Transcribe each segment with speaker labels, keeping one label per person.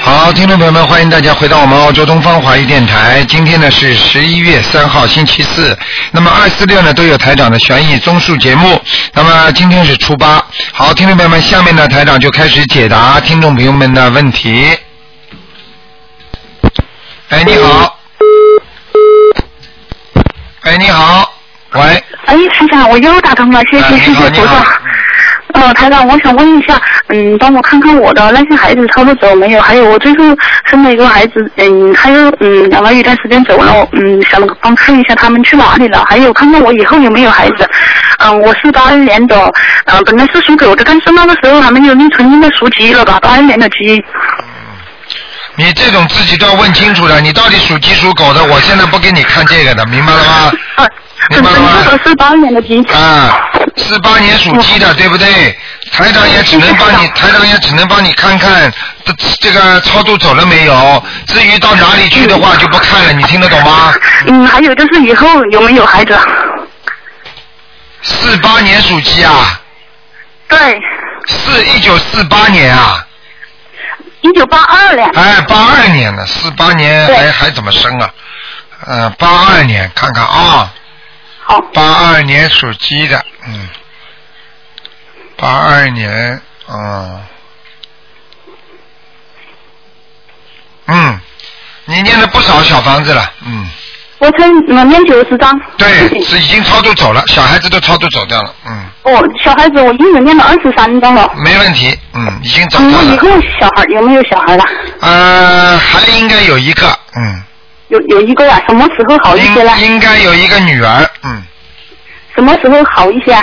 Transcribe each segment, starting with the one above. Speaker 1: 好，听众朋友们，欢迎大家回到我们澳洲东方华语电台。今天呢是十一月三号，星期四。那么二四六呢都有台长的悬疑综述节目。那么今天是初八。好，听众朋友们，下面呢台长就开始解答听众朋友们的问题。哎，你好。哎，你好。喂。
Speaker 2: 哎，台长，我又打通了，谢谢
Speaker 1: 哎
Speaker 2: 谢
Speaker 1: 你好
Speaker 2: 谢
Speaker 1: 你
Speaker 2: 菩
Speaker 1: 好
Speaker 2: 萨。呃，台长，我想问一下，嗯，帮我看看我的那些孩子操作走没有？还有我最后生了一个孩子，嗯，他又嗯养了一段时间走了，嗯，想帮看一下他们去哪里了？还有看看我以后有没有孩子？嗯，我是八二年的，嗯、本来是属狗的，但是那个时候还没有立存，应该属鸡了吧？八二年的鸡。
Speaker 1: 你这种自己都要问清楚的，你到底属鸡属狗的，我现在不给你看这个的，明白了吗？
Speaker 2: 啊，
Speaker 1: 明
Speaker 2: 本
Speaker 1: 白了
Speaker 2: 身
Speaker 1: 吗
Speaker 2: 那个是八二年的鸡。
Speaker 1: 啊，四八年属鸡的，对不对？台长也只能帮你，台长也只能帮你看看这这个超度走了没有。至于到哪里去的话，就不看了，你听得懂吗？
Speaker 2: 嗯，还有就是以后有没有孩
Speaker 1: 啊
Speaker 2: 子？
Speaker 1: 四八年属鸡啊，
Speaker 2: 对，
Speaker 1: 四一九四八年啊，
Speaker 2: 一九八二年。
Speaker 1: 哎，八二年的，四八年
Speaker 2: 对
Speaker 1: 还还怎么生啊？呃，八二年看看啊，
Speaker 2: 好，
Speaker 1: 八二年属鸡的，嗯，八二年，嗯，嗯，你念了不少小房子了，嗯，
Speaker 2: 我才能念九十张。
Speaker 1: 对， 是已经超度走了，小孩子都超度走掉了，嗯，
Speaker 2: 我哦小孩子我一人念了二十三张了。
Speaker 1: 没问题，嗯，已经找
Speaker 2: 嗯，
Speaker 1: 到
Speaker 2: 那以后
Speaker 1: 了，
Speaker 2: 小孩有没有小孩了？啊
Speaker 1: 呃，还应该有一个，嗯，
Speaker 2: 有有一个呀、什么时候好一些呢
Speaker 1: 应？应该有一个女儿，嗯，
Speaker 2: 什么时候好一些、啊？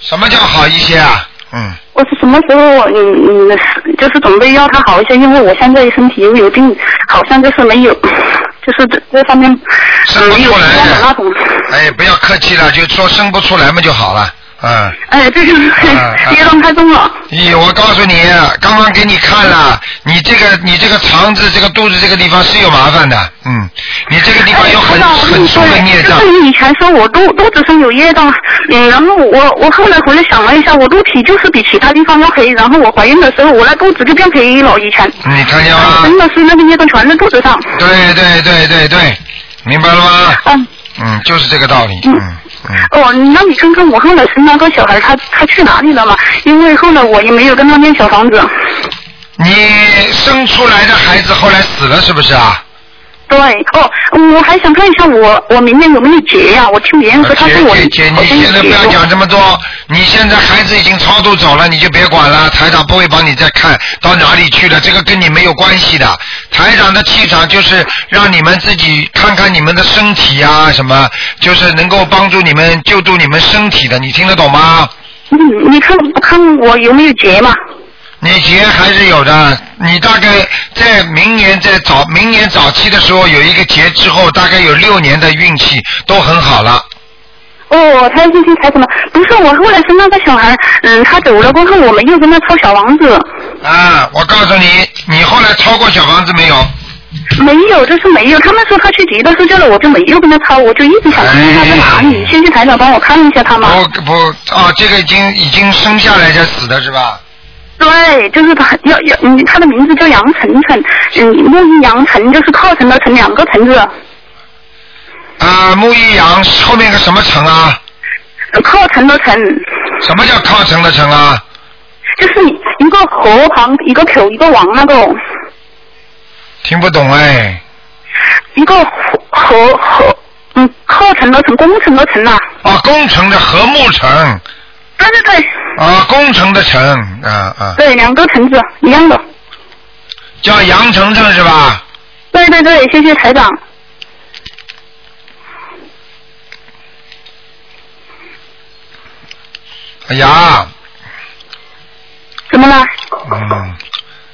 Speaker 1: 什么叫好一些啊？嗯，
Speaker 2: 我是什么时候嗯嗯，就是准备要他好一些，因为我现在身体又有病，好像就是没有， 就是这这方面
Speaker 1: 生
Speaker 2: 嗯
Speaker 1: 不
Speaker 2: 没有
Speaker 1: 出来
Speaker 2: 的那种。
Speaker 1: 哎，不要客气了，就说生不出来嘛就好了，嗯。
Speaker 2: 哎，这就是
Speaker 1: 啊啊
Speaker 2: 业障太重了。
Speaker 1: 咦，我告诉你，刚刚给你看了，你这个你这个肠子、这个肚子这个地方是有麻烦的，嗯，你这个地方有很
Speaker 2: 哎我知道
Speaker 1: 很重的孽障
Speaker 2: 就，是你以前说我肚肚子上有业障，嗯，然后我我后来回来想了一下，我肚皮就是比其他地方要黑，然后我怀孕的时候我那肚子就变黑了，以前。
Speaker 1: 嗯
Speaker 2: 哎
Speaker 1: 你看见吗？
Speaker 2: 真的是那个业障全在肚子上。
Speaker 1: 对对对对对，明白了吗？
Speaker 2: 嗯，
Speaker 1: 嗯，就是这个道理，嗯嗯，
Speaker 2: 哦，那你看看我后来生那个小孩，他他去哪里了嘛？因为后来我也没有跟他念小房子。
Speaker 1: 你生出来的孩子后来死了是不是啊？
Speaker 2: 对，哦，我还想看一下我我明年有没有结哎呀、我听别人说他
Speaker 1: 姐
Speaker 2: 是我
Speaker 1: 呃姐姐，
Speaker 2: 我
Speaker 1: 你
Speaker 2: 跟
Speaker 1: 现在不要
Speaker 2: 结过
Speaker 1: 讲这么多，你现在孩子已经超度走了，你就别管了，台长不会帮你再看到哪里去了，这个跟你没有关系的。台长的气场就是让你们自己看看你们的身体啊，什么就是能够帮助你们救助你们身体的，你听得懂吗？
Speaker 2: 嗯，你看看我有没有结嘛？
Speaker 1: 你劫还是有的，你大概在明年在早明年早期的时候有一个劫之后，大概有六年的运气都很好了。
Speaker 2: 哦，他今天才什么？不是，我后来是那个小孩，嗯，他走了过后，我们又跟他抄小王子，
Speaker 1: 啊，我告诉你，你后来超过小房子没有？
Speaker 2: 没有，就是没有。他们说他去迪的时候叫了，我就没有跟他抄，我就一直想看看他在哪里
Speaker 1: 哎。
Speaker 2: 谢谢台长帮我看一下他嘛。
Speaker 1: 不不啊，这个已经已经生下来才死的是吧？
Speaker 2: 对，就是他要要，嗯，他的名字叫杨晨晨，嗯，木易杨晨就是靠晨的晨，两个晨字，
Speaker 1: 啊，木易阳后面个什么城啊？
Speaker 2: 呃靠晨的晨，
Speaker 1: 什么叫靠城的城啊？
Speaker 2: 就是一个河旁一个口一个王那个，
Speaker 1: 听不懂哎，
Speaker 2: 一个河河河，嗯，靠晨的晨，工程的晨呐、
Speaker 1: 啊，工程的和睦城，
Speaker 2: 对对对。
Speaker 1: 啊，工程的城，啊啊，
Speaker 2: 对，两个橙子一样的。
Speaker 1: 叫杨城城是吧？
Speaker 2: 对对对，谢谢台长。
Speaker 1: 哎呀，
Speaker 2: 怎么了？
Speaker 1: 嗯，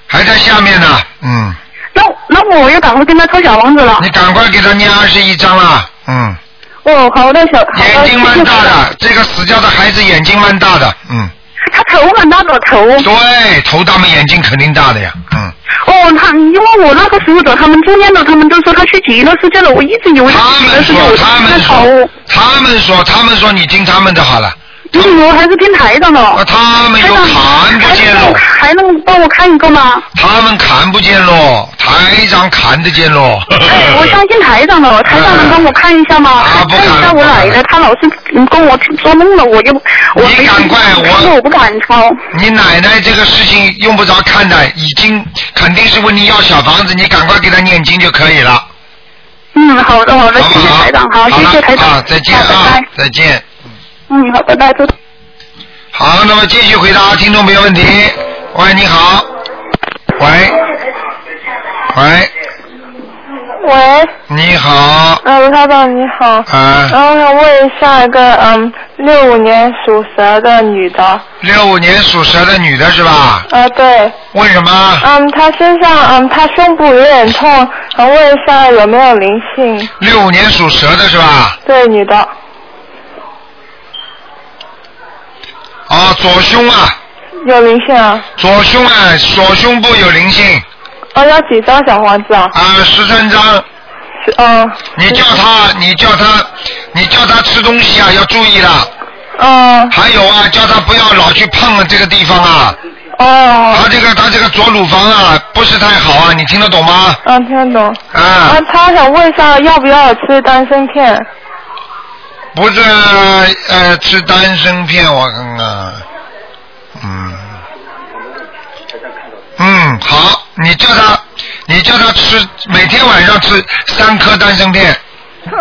Speaker 1: 还在下面呢，嗯，
Speaker 2: 那那我要赶快跟他抄小王子了
Speaker 1: 你。赶快给他念二十一章了，嗯，
Speaker 2: 哦，好的，小好
Speaker 1: 眼
Speaker 2: 的，谢
Speaker 1: 睛
Speaker 2: 谢
Speaker 1: 蛮大
Speaker 2: 台长。
Speaker 1: 的，这个死掉的孩子眼睛蛮大的，嗯。
Speaker 2: 他头很大的头。
Speaker 1: 对，头大嘛，眼睛肯定大的呀。嗯，
Speaker 2: 哦，他因为我那个时候找他们住院了，他们都说他去急了，是这了，我一直以为
Speaker 1: 他
Speaker 2: 急
Speaker 1: 们
Speaker 2: 了是
Speaker 1: 说，
Speaker 2: 有
Speaker 1: 他
Speaker 2: 他
Speaker 1: 们
Speaker 2: 头
Speaker 1: 说，他们说，他们说，你听他们的好了。
Speaker 3: 你
Speaker 2: 嗯
Speaker 3: 有还是听台长的
Speaker 1: 啊，
Speaker 3: 哦？
Speaker 1: 他们又
Speaker 3: 台长
Speaker 1: 看不见
Speaker 3: 还能
Speaker 1: 喽
Speaker 3: 帮我，还能帮我看一个吗？
Speaker 1: 他们看不见喽，台长看得见喽。
Speaker 3: 哎，我相信台长的，台长能帮我看一下吗？
Speaker 1: 嗯啊不
Speaker 3: 看一下
Speaker 1: 看了
Speaker 3: 我奶奶，她老是嗯跟我做梦了，我就我
Speaker 1: 你
Speaker 3: 没
Speaker 1: 赶快
Speaker 3: 看
Speaker 1: 我
Speaker 3: 我不敢抄。
Speaker 1: 你奶奶这个事情用不着看的，已经肯定是问你要小房子，你赶快给她念经就可以了，
Speaker 3: 嗯，好的好的，
Speaker 1: 好不
Speaker 3: 谢谢
Speaker 1: 好？
Speaker 3: 台长，好，谢
Speaker 1: 了
Speaker 3: 谢台
Speaker 1: 啊
Speaker 3: 长，，
Speaker 1: 再见
Speaker 3: 好
Speaker 1: 啊
Speaker 3: 拜拜，，
Speaker 1: 再见。
Speaker 3: 嗯，好，拜拜，周
Speaker 1: 好，那么继续回答听众朋友问题。喂，你好。喂。喂，
Speaker 4: 喂，
Speaker 1: 你好。
Speaker 4: 呃，卢校长你好，然
Speaker 1: 啊，
Speaker 4: 后我想问一下一个嗯，六五年属蛇的女的，
Speaker 1: 六五年属蛇的女的是吧？
Speaker 4: 呃，对，
Speaker 1: 问什么？
Speaker 4: 嗯，她身上嗯，她胸部有点痛，想问一下有没有灵性？
Speaker 1: 六五年属蛇的是吧？
Speaker 4: 对，女的，
Speaker 1: 啊，左胸啊，
Speaker 4: 有灵性啊，
Speaker 1: 左胸啊，左胸部有灵性
Speaker 4: 哦，要几张小黄纸啊？
Speaker 1: 啊，十三张。
Speaker 4: 是，嗯，
Speaker 1: 你叫他，你叫他，你叫他吃东西啊，要注意了。
Speaker 4: 嗯，
Speaker 1: 还有啊，叫他不要老去碰了这个地方啊，
Speaker 4: 哦
Speaker 1: 他，这个他这个左乳房啊不是太好啊，你听得懂吗？
Speaker 4: 嗯，听得懂。
Speaker 1: 啊
Speaker 4: 啊，，她想问一下要不要吃丹参片？
Speaker 1: 不是呃吃丹参片，我看看，嗯，嗯好，你叫他，你叫他吃，每天晚上吃三颗丹参片，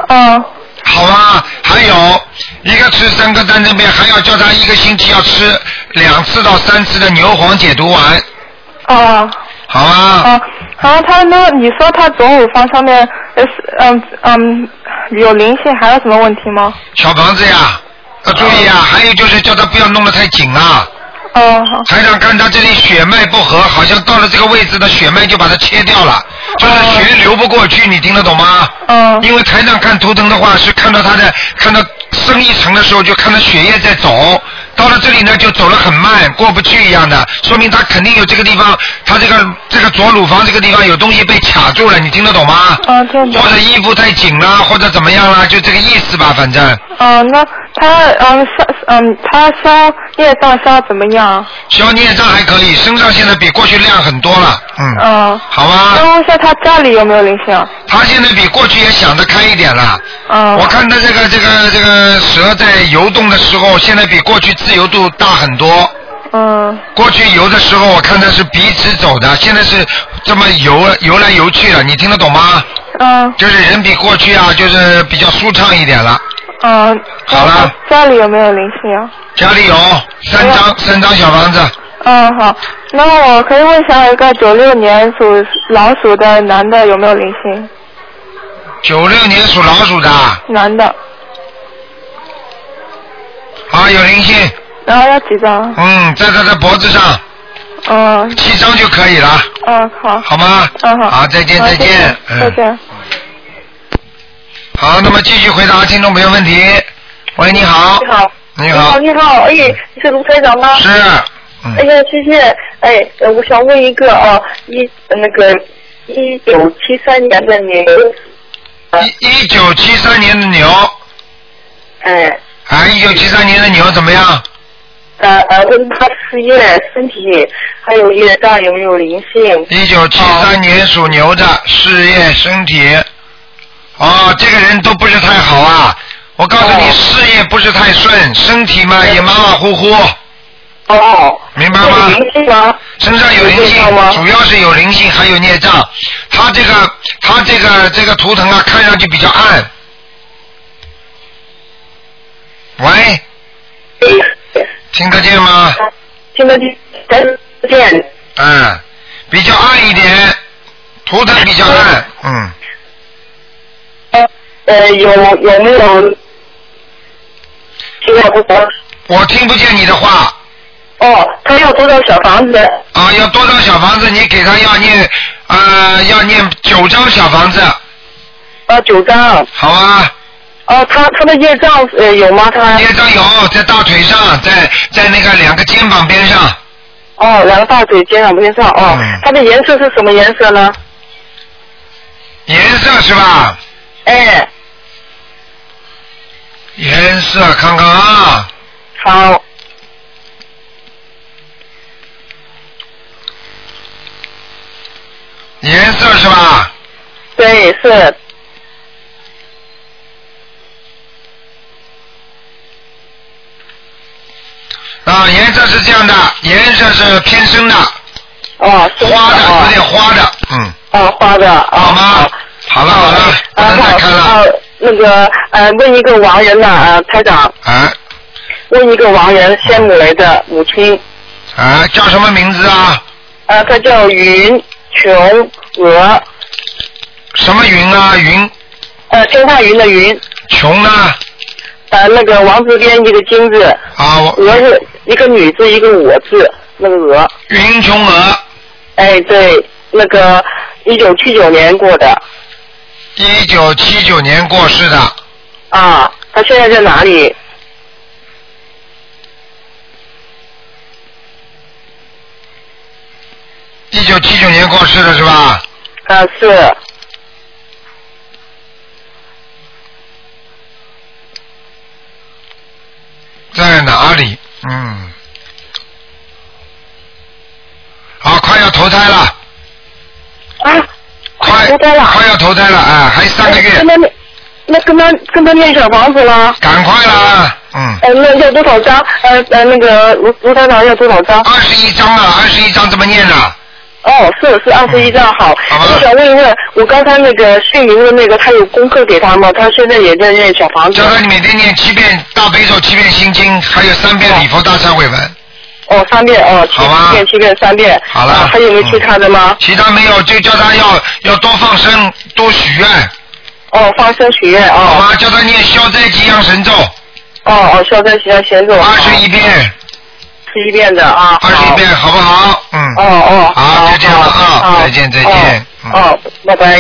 Speaker 4: 嗯，
Speaker 1: 好吧？还有一个吃三颗丹参片，还要叫他一个星期要吃两次到三次的牛黄解毒丸，
Speaker 4: 哦。
Speaker 1: 好吧？
Speaker 4: 啊，然后他那你说他左乳房上面呃是嗯嗯有灵性，还有什么问题吗？
Speaker 1: 小房子呀，要注意啊！还有就是叫他不要弄得太紧啊。
Speaker 4: 哦，好，
Speaker 1: 台长看他这里血脉不和，好像到了这个位置的血脉就把它切掉了，就是血流不过去，你听得懂吗？
Speaker 5: 哦
Speaker 4: 嗯
Speaker 1: 因为台长看图腾的话，是看到他的看到深一层的时候，就看到血液在走，到了这里呢就走得很慢，过不去一样的，说明他肯定有这个地方，他这个这个左乳房这个地方有东西被卡住了，你听得懂吗？
Speaker 4: 嗯，这样子
Speaker 5: 哦
Speaker 1: 或。者衣服太紧了，或者怎么样了，就这个意思吧，反正
Speaker 4: 嗯，那他嗯消嗯他消业障消怎么样？
Speaker 1: 消孽障还可以，身上现在比过去亮很多了，嗯，
Speaker 4: 嗯，
Speaker 1: 好吧。
Speaker 5: 哦
Speaker 4: 那问一下他家里有没有灵性？啊
Speaker 1: 他现在比过去也想得开一点了。
Speaker 4: 嗯，
Speaker 1: 我看他这个这个这个蛇在游动的时候，现在比过去自由度大很多。
Speaker 4: 嗯
Speaker 1: 过去游的时候，我看它是笔直走的，现在是这么游游来游去的，你听得懂吗？
Speaker 4: 嗯
Speaker 1: 就是人比过去啊，就是比较舒畅一点了。
Speaker 4: 嗯，
Speaker 1: 好了，
Speaker 4: 家里有没有灵性啊？
Speaker 1: 家里有三
Speaker 4: 哦
Speaker 1: 张三张小房子，
Speaker 4: 嗯，好，那我可以问一下一个九六年属老鼠的男的有没有灵性？
Speaker 1: 九六年属老鼠的啊，
Speaker 4: 男的，
Speaker 1: 有灵性，
Speaker 4: 然后要几张？
Speaker 1: 嗯，在他的脖子上，
Speaker 4: 嗯
Speaker 1: 七张就可以了，
Speaker 4: 嗯，好，
Speaker 1: 好吗？
Speaker 4: 嗯好，
Speaker 1: 好再见
Speaker 4: 好
Speaker 1: 再见嗯
Speaker 4: 再见。
Speaker 1: 好，那么继续回答听众朋友问题。喂，你好，
Speaker 5: 你好，
Speaker 1: 你好，
Speaker 5: 你好，哎，你是卢台长吗？
Speaker 1: 是，嗯
Speaker 5: 哎，呀，谢谢。哎，呃我想问一个啊，一呃那个一九七三年的牛，
Speaker 1: 一九七三年的牛，
Speaker 5: 哎，
Speaker 1: 啊，一九七三年的牛怎么样？
Speaker 5: 呃呃，问他事业、身体还有业障有没有灵性？
Speaker 1: 一九七三年属牛的，事业、身体，哦，这个人都不是太好啊。我告诉你，
Speaker 5: 哦
Speaker 1: 事业不是太顺，身体嘛也马马虎虎，
Speaker 5: 哦，
Speaker 1: 明白吗？
Speaker 5: 有灵性吗？
Speaker 1: 身上有灵性
Speaker 5: 有孽障，吗
Speaker 1: 主要是有灵性，还有孽障。他这个他这个这个图腾啊，看上去比较暗。喂，
Speaker 5: 哎
Speaker 1: 听得见吗？
Speaker 5: 啊听得见？再见。
Speaker 1: 嗯，比较暗一点，图腾比较暗，嗯，
Speaker 5: 呃，有有没有？听得不着。
Speaker 1: 我听不见你的话
Speaker 5: 哦，他要多少小房子？
Speaker 1: 啊。要多少小房子？你给他要念，呃，要念九张小房子，
Speaker 5: 啊，九张。
Speaker 1: 好啊。
Speaker 5: 哦，他他的业障呃有吗？他
Speaker 1: 孽障有在大腿上，在在那个两个肩膀边上，
Speaker 5: 哦，两个大腿肩上不肩上哦
Speaker 1: 嗯，
Speaker 5: 它的颜色是什么颜色呢？
Speaker 1: 颜色是吧？
Speaker 5: 哎，
Speaker 1: 颜色看看啊，
Speaker 5: 好，
Speaker 1: 颜色是吧？
Speaker 5: 对，是，
Speaker 1: 啊，颜色是这样的，颜色是偏深的，
Speaker 5: 哦，是
Speaker 1: 花的有
Speaker 5: 哦，
Speaker 1: 点花的，嗯，
Speaker 5: 哦，花的，哦，
Speaker 1: 好吗？好了好了，不
Speaker 5: 啊
Speaker 1: 能再看
Speaker 5: 好，
Speaker 1: 了，
Speaker 5: 呃，那个呃，问一个亡人呢，呃，台长，
Speaker 1: 啊
Speaker 5: 问一个亡人，先母雷的母亲，
Speaker 1: 啊，叫什么名字啊？
Speaker 5: 呃，她叫云琼娥，
Speaker 1: 什么云啊？云
Speaker 5: 呃，天上云的云，
Speaker 1: 琼呢？
Speaker 5: 呃，那个王字边一个金字，
Speaker 1: 啊，我
Speaker 5: 娥是一个女字一个我字，那个娥，
Speaker 1: 云琼娥，
Speaker 5: 哎，对，那个一九七九年过的，
Speaker 1: 一九七九年过世的，
Speaker 5: 啊，她现在在哪里？
Speaker 1: 一九七九年过世的是吧？
Speaker 5: 啊，是，
Speaker 1: 在哪里？嗯，啊，快要投胎了，
Speaker 5: 啊，
Speaker 1: 快
Speaker 5: 投胎了哎
Speaker 1: 快要投胎了啊，还三个月
Speaker 5: 跟，他念，那跟他跟他念小房子了。
Speaker 1: 赶快啦，嗯，
Speaker 5: 呃，那要多少张？呃呃，那个卢卢台长要多少张？
Speaker 1: 二十一章了，二十一章怎么念呢？
Speaker 5: 哦，是是二十一张，好。
Speaker 1: 好吧
Speaker 5: 我想问一问，我刚才那个姓名的那个，他有功课给他吗？他现在也在念小房子
Speaker 1: 叫。他每天念七遍大悲咒，七遍心经，还有三遍礼佛大忏悔文，
Speaker 5: 哦，三遍哦，七
Speaker 1: 好吧
Speaker 5: 遍七遍三遍。
Speaker 1: 好了
Speaker 5: 啊还有没有其他的吗？
Speaker 1: 其他没有，就叫他要要多放生，多许愿，
Speaker 5: 哦，放生许愿
Speaker 1: 好
Speaker 5: 哦。
Speaker 1: 吗？叫他念消灾吉祥神咒
Speaker 5: 哦哦，消灾吉祥先咒。
Speaker 1: 二十一遍，
Speaker 5: 十哦一遍的啊。
Speaker 1: 二十一
Speaker 5: 好。
Speaker 1: 遍，好不好？嗯，
Speaker 5: 哦哦。
Speaker 1: 好就这样了啊
Speaker 5: 好
Speaker 1: 再见再嗯见
Speaker 5: 哦哦，拜拜。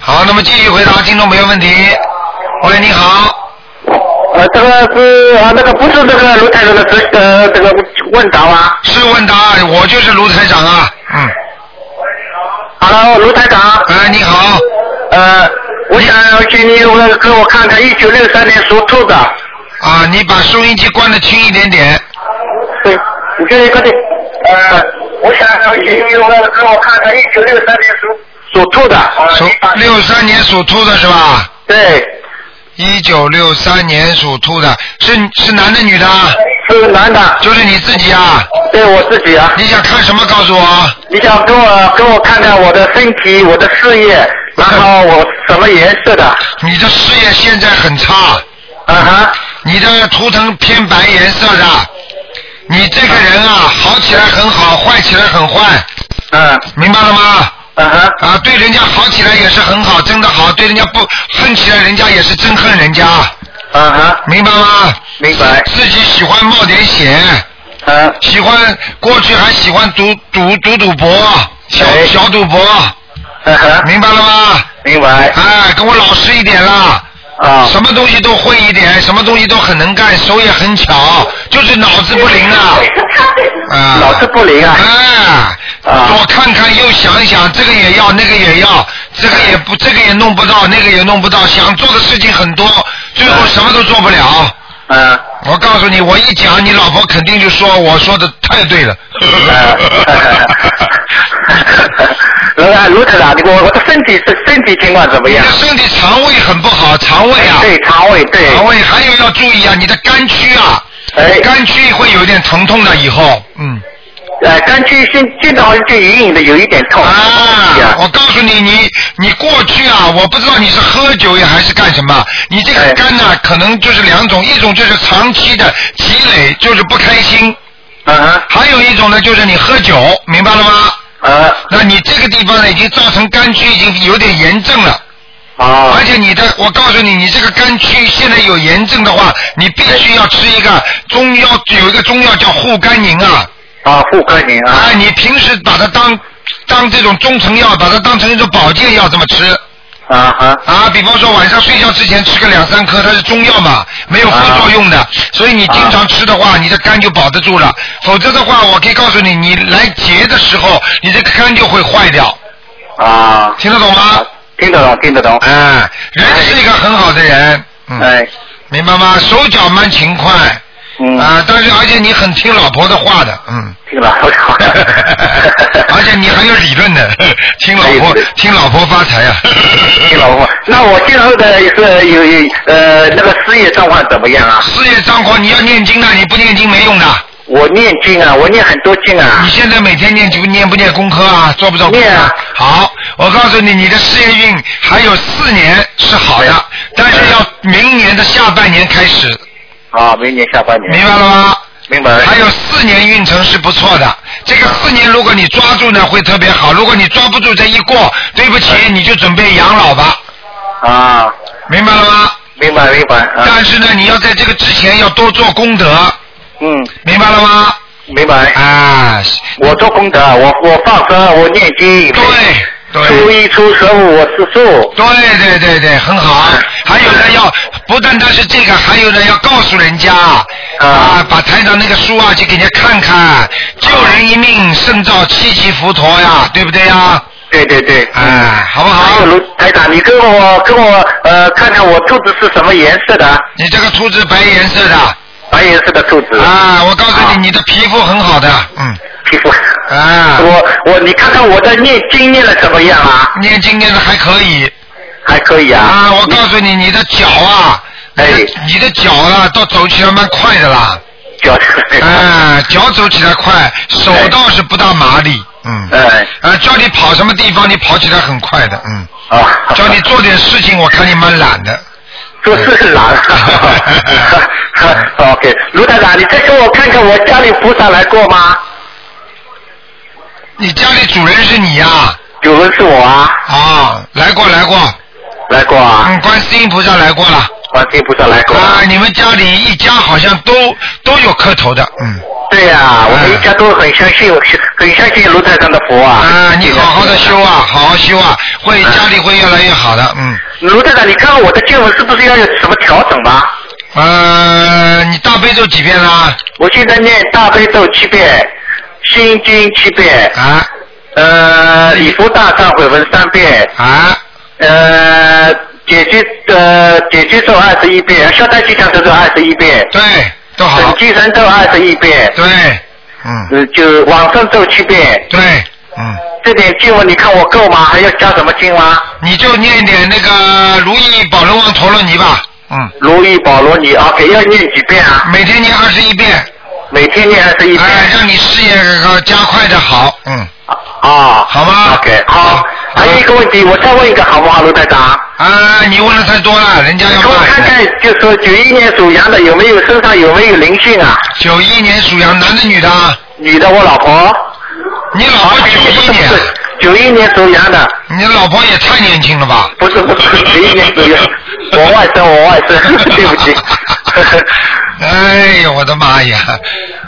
Speaker 1: 好，那么继续回答听众朋友问题。喂，你好，
Speaker 6: 呃，这个是啊，那个不是这个卢台长的这呃这个问答吗？
Speaker 1: 是问答，我就是卢台长啊。嗯，
Speaker 6: Hello，卢台长，
Speaker 1: 哎，你好，
Speaker 6: 呃，我想请你那个给我看看一九六三年属兔的，
Speaker 1: 啊，你把收音机关的轻一点点。
Speaker 6: 对，你这一个的，呃，我想请你那个给我看看一九六三年属啊属兔的，
Speaker 1: 属六三年属兔的是吧？
Speaker 6: 对，
Speaker 1: 一九六三年属兔的，是是男的女的啊？
Speaker 6: 是男的，
Speaker 1: 就是你自己啊？
Speaker 6: 对我自己啊，
Speaker 1: 你想看什么？告诉我。
Speaker 6: 你想给我给我看看我的身体，我的事业，然后我什么颜色的，
Speaker 1: 你的事业现在很差，
Speaker 6: 啊哈，
Speaker 1: 你的图腾偏白颜色的，你这个人啊，好起来很好，坏起来很坏，
Speaker 6: 嗯，
Speaker 1: 明白了吗？
Speaker 6: 啊哈。
Speaker 1: 啊，对人家好起来也是很好，真的好；对人家不恨起来，人家也是真恨人家，
Speaker 6: 啊哈，
Speaker 1: 明白吗？
Speaker 6: 明白。
Speaker 1: 自己喜欢冒点险，
Speaker 6: 嗯
Speaker 1: 喜欢过去还喜欢赌赌赌赌博，小
Speaker 6: 哎
Speaker 1: 小赌博，
Speaker 6: 嗯哼，
Speaker 1: 明白了吗？
Speaker 6: 明白。
Speaker 1: 哎，跟我老实一点啦，
Speaker 6: 啊
Speaker 1: 什么东西都会一点，什么东西都很能干，手也很巧，就是脑子不灵啊。啊，
Speaker 6: 脑子不灵啊
Speaker 1: 哎，
Speaker 6: 啊
Speaker 1: 左看看右想一想，这个也要，那个也要，这个也不，这个也弄不到，那个也弄不到，想做的事情很多，最后什么都做不了。
Speaker 6: 嗯，
Speaker 1: 我告诉你，我一讲，你老婆肯定就说我说的太对 了。
Speaker 6: 哎卢台卢台长，你给我我的身体是身体情况怎 么
Speaker 1: 你
Speaker 6: 样
Speaker 1: 的？身体肠胃很不好，肠胃啊，
Speaker 6: 对，肠胃对，
Speaker 1: 肠胃还有要注意啊，你的肝区啊，
Speaker 6: 哎，
Speaker 1: 肝区会有点疼痛的，以后，嗯，
Speaker 6: 呃，肝区现现在好像就隐隐的有一点痛。
Speaker 1: 啊，
Speaker 6: 哦哎呀
Speaker 1: 我告诉你，你你过去啊，我不知道你是喝酒呀还是干什么，你这个
Speaker 6: 哎
Speaker 1: 肝呐、可能就是两种，一种就是长期的积累，就是不开心，
Speaker 6: 嗯哼，
Speaker 1: 还有一种呢就是你喝酒，明白了吗？
Speaker 6: 呃，
Speaker 1: 那你这个地方呢，已经造成肝区已经有点炎症了，
Speaker 6: 哦
Speaker 1: 而，且你的，我告诉你，你这个肝区现在有炎症的话，你必须
Speaker 6: 哎
Speaker 1: 要吃一个中药，有一个中药叫护肝宁啊，
Speaker 6: 啊，妇科您啊
Speaker 1: 啊，，你平时把它当当这种中成药，把它当成一种保健药这么吃
Speaker 6: 啊哈，
Speaker 1: 啊。比方说晚上睡觉之前吃个两三颗，它是中药嘛，没有副作用的，所以你经常吃的话，你的肝就保得住了。否则的话，我可以告诉你，你来结的时候，你这个肝就会坏掉，
Speaker 6: 啊，
Speaker 1: 听得懂吗？啊
Speaker 6: 听得懂，听得懂，
Speaker 1: 哎、人是一个很好的人，嗯，
Speaker 6: 哎，
Speaker 1: 明白吗？手脚蛮勤快，啊、
Speaker 6: 嗯，
Speaker 1: 但是而且你很听老婆的话的，嗯，
Speaker 6: 听了，我 操，
Speaker 1: 而且你很有理论 的，听老婆
Speaker 6: 对对
Speaker 1: 听老婆发财啊，
Speaker 6: 听老婆，那我今后的是有有呃那个事业状况怎么样啊？
Speaker 1: 事业张狂你要念经的，你不念经没用的，
Speaker 6: 啊我念经啊，我念很多经啊
Speaker 1: 你，现在每天念经念不念功课啊？做不做功课？
Speaker 6: 念啊
Speaker 1: 好，我告诉你，你的事业运还有四年是好的，但是要明年的下半年开始，
Speaker 6: 啊，明年下半年，
Speaker 1: 明白了吗？
Speaker 6: 明白了，
Speaker 1: 还有四年运程是不错的，这个四年如果你抓住呢，会特别好；如果你抓不住，这一过，对不起，你就准备养老吧，
Speaker 6: 啊，
Speaker 1: 明白了吗？
Speaker 6: 明白明白，啊，
Speaker 1: 但是呢，你要在这个之前要多做功德，
Speaker 6: 嗯，
Speaker 1: 明白了吗？
Speaker 6: 明白。
Speaker 1: 啊，
Speaker 6: 我做功德，啊我我放生，我念经，
Speaker 1: 对对。
Speaker 6: 初一初十五我吃素，
Speaker 1: 对对对对，很好。
Speaker 6: 啊
Speaker 1: 还有呢，要不单单是这个，还有呢，要告诉人家啊，把台长那个书啊，去给人家看看，救人一命胜造七级浮屠呀，对不对呀？
Speaker 6: 对对对，
Speaker 1: 哎，好不
Speaker 6: 还
Speaker 1: 好
Speaker 6: 有？卢台长，你跟我跟我呃看看我兔子是什么颜色的啊？
Speaker 1: 你这个兔子白颜色的
Speaker 6: 白颜色的兔子，
Speaker 1: 啊，我告诉
Speaker 6: 啊
Speaker 1: 你，你的皮肤很好的，嗯
Speaker 6: 皮肤。
Speaker 1: 啊，
Speaker 6: 我我你看看我的念经念的怎么样啊？
Speaker 1: 念经念的还可以
Speaker 6: 还可以啊。
Speaker 1: 啊。我告诉你，你的脚啊，
Speaker 6: 哎，
Speaker 1: 你的脚啊，都走起来蛮快的啦。
Speaker 6: 脚。
Speaker 1: 哎，脚走起来快，手倒是不大麻利，嗯，
Speaker 6: 哎
Speaker 1: 啊，叫你跑什么地方，你跑起来很快的，嗯，
Speaker 6: 啊，
Speaker 1: 叫你做点事情，我看你蛮懒的，
Speaker 6: 做事 是 难。OK，卢啊台长，你再给我看看我家里菩萨来过吗？
Speaker 1: 你家里主人是你呀、啊，
Speaker 6: 有人是我啊，
Speaker 1: 来过来过，
Speaker 6: 来过啊，
Speaker 1: 嗯，观世音菩萨来过了，
Speaker 6: 观世音菩萨来过。
Speaker 1: 啊，你们家里一家好像都都有磕头的，嗯，
Speaker 6: 对呀、我
Speaker 1: 啊
Speaker 6: 们一家都很相信，很相信卢台长的佛啊。嗯
Speaker 1: 啊，你好好的修啊，好好修啊，会家里会越来越好的，嗯，
Speaker 6: 卢台长，你看看我的经文是不是要有什么调整吧？
Speaker 1: 呃，你大悲咒几遍啦？
Speaker 6: 我现在念大悲咒七遍，心经七遍，
Speaker 1: 啊
Speaker 6: 呃，礼佛大忏悔文三遍，
Speaker 1: 啊。
Speaker 6: 呃，解决呃解决咒二十一遍，消灾吉祥神咒二十一遍，
Speaker 1: 对，都好
Speaker 6: 准。提神咒二十一遍，
Speaker 1: 对，嗯，
Speaker 6: 呃，就往生咒七遍。
Speaker 1: 对，嗯，
Speaker 6: 这点经文你看我够吗？还要加什么经吗？
Speaker 1: 你就念点那个如意宝轮王陀罗尼吧，嗯，
Speaker 6: 如意宝罗尼，OK，要念几遍啊？
Speaker 1: 每天念二十一遍，
Speaker 6: 每天念二十一遍。
Speaker 1: 哎，让你事业呃加快的好，嗯，
Speaker 6: 啊，
Speaker 1: 好吗
Speaker 6: ？OK，好
Speaker 1: 好。
Speaker 6: 还有一个问题，我再问一个好不好，卢台长？
Speaker 1: 啊，你问的太多了，人家
Speaker 6: 给
Speaker 1: 要
Speaker 6: 我
Speaker 1: 骂
Speaker 6: 看
Speaker 1: 你的。
Speaker 6: 看，就说九一年属羊的有没有身上有没有灵性啊？
Speaker 1: 九一年属羊，男的女的啊？
Speaker 6: 女的，我老婆。
Speaker 1: 你老婆九一年，
Speaker 6: 九一年属羊的，
Speaker 1: 你老婆也太年轻了吧？
Speaker 6: 不是不是九一年属 羊，我外甥，我外甥， 对不起。
Speaker 1: 哎呀，我的妈呀！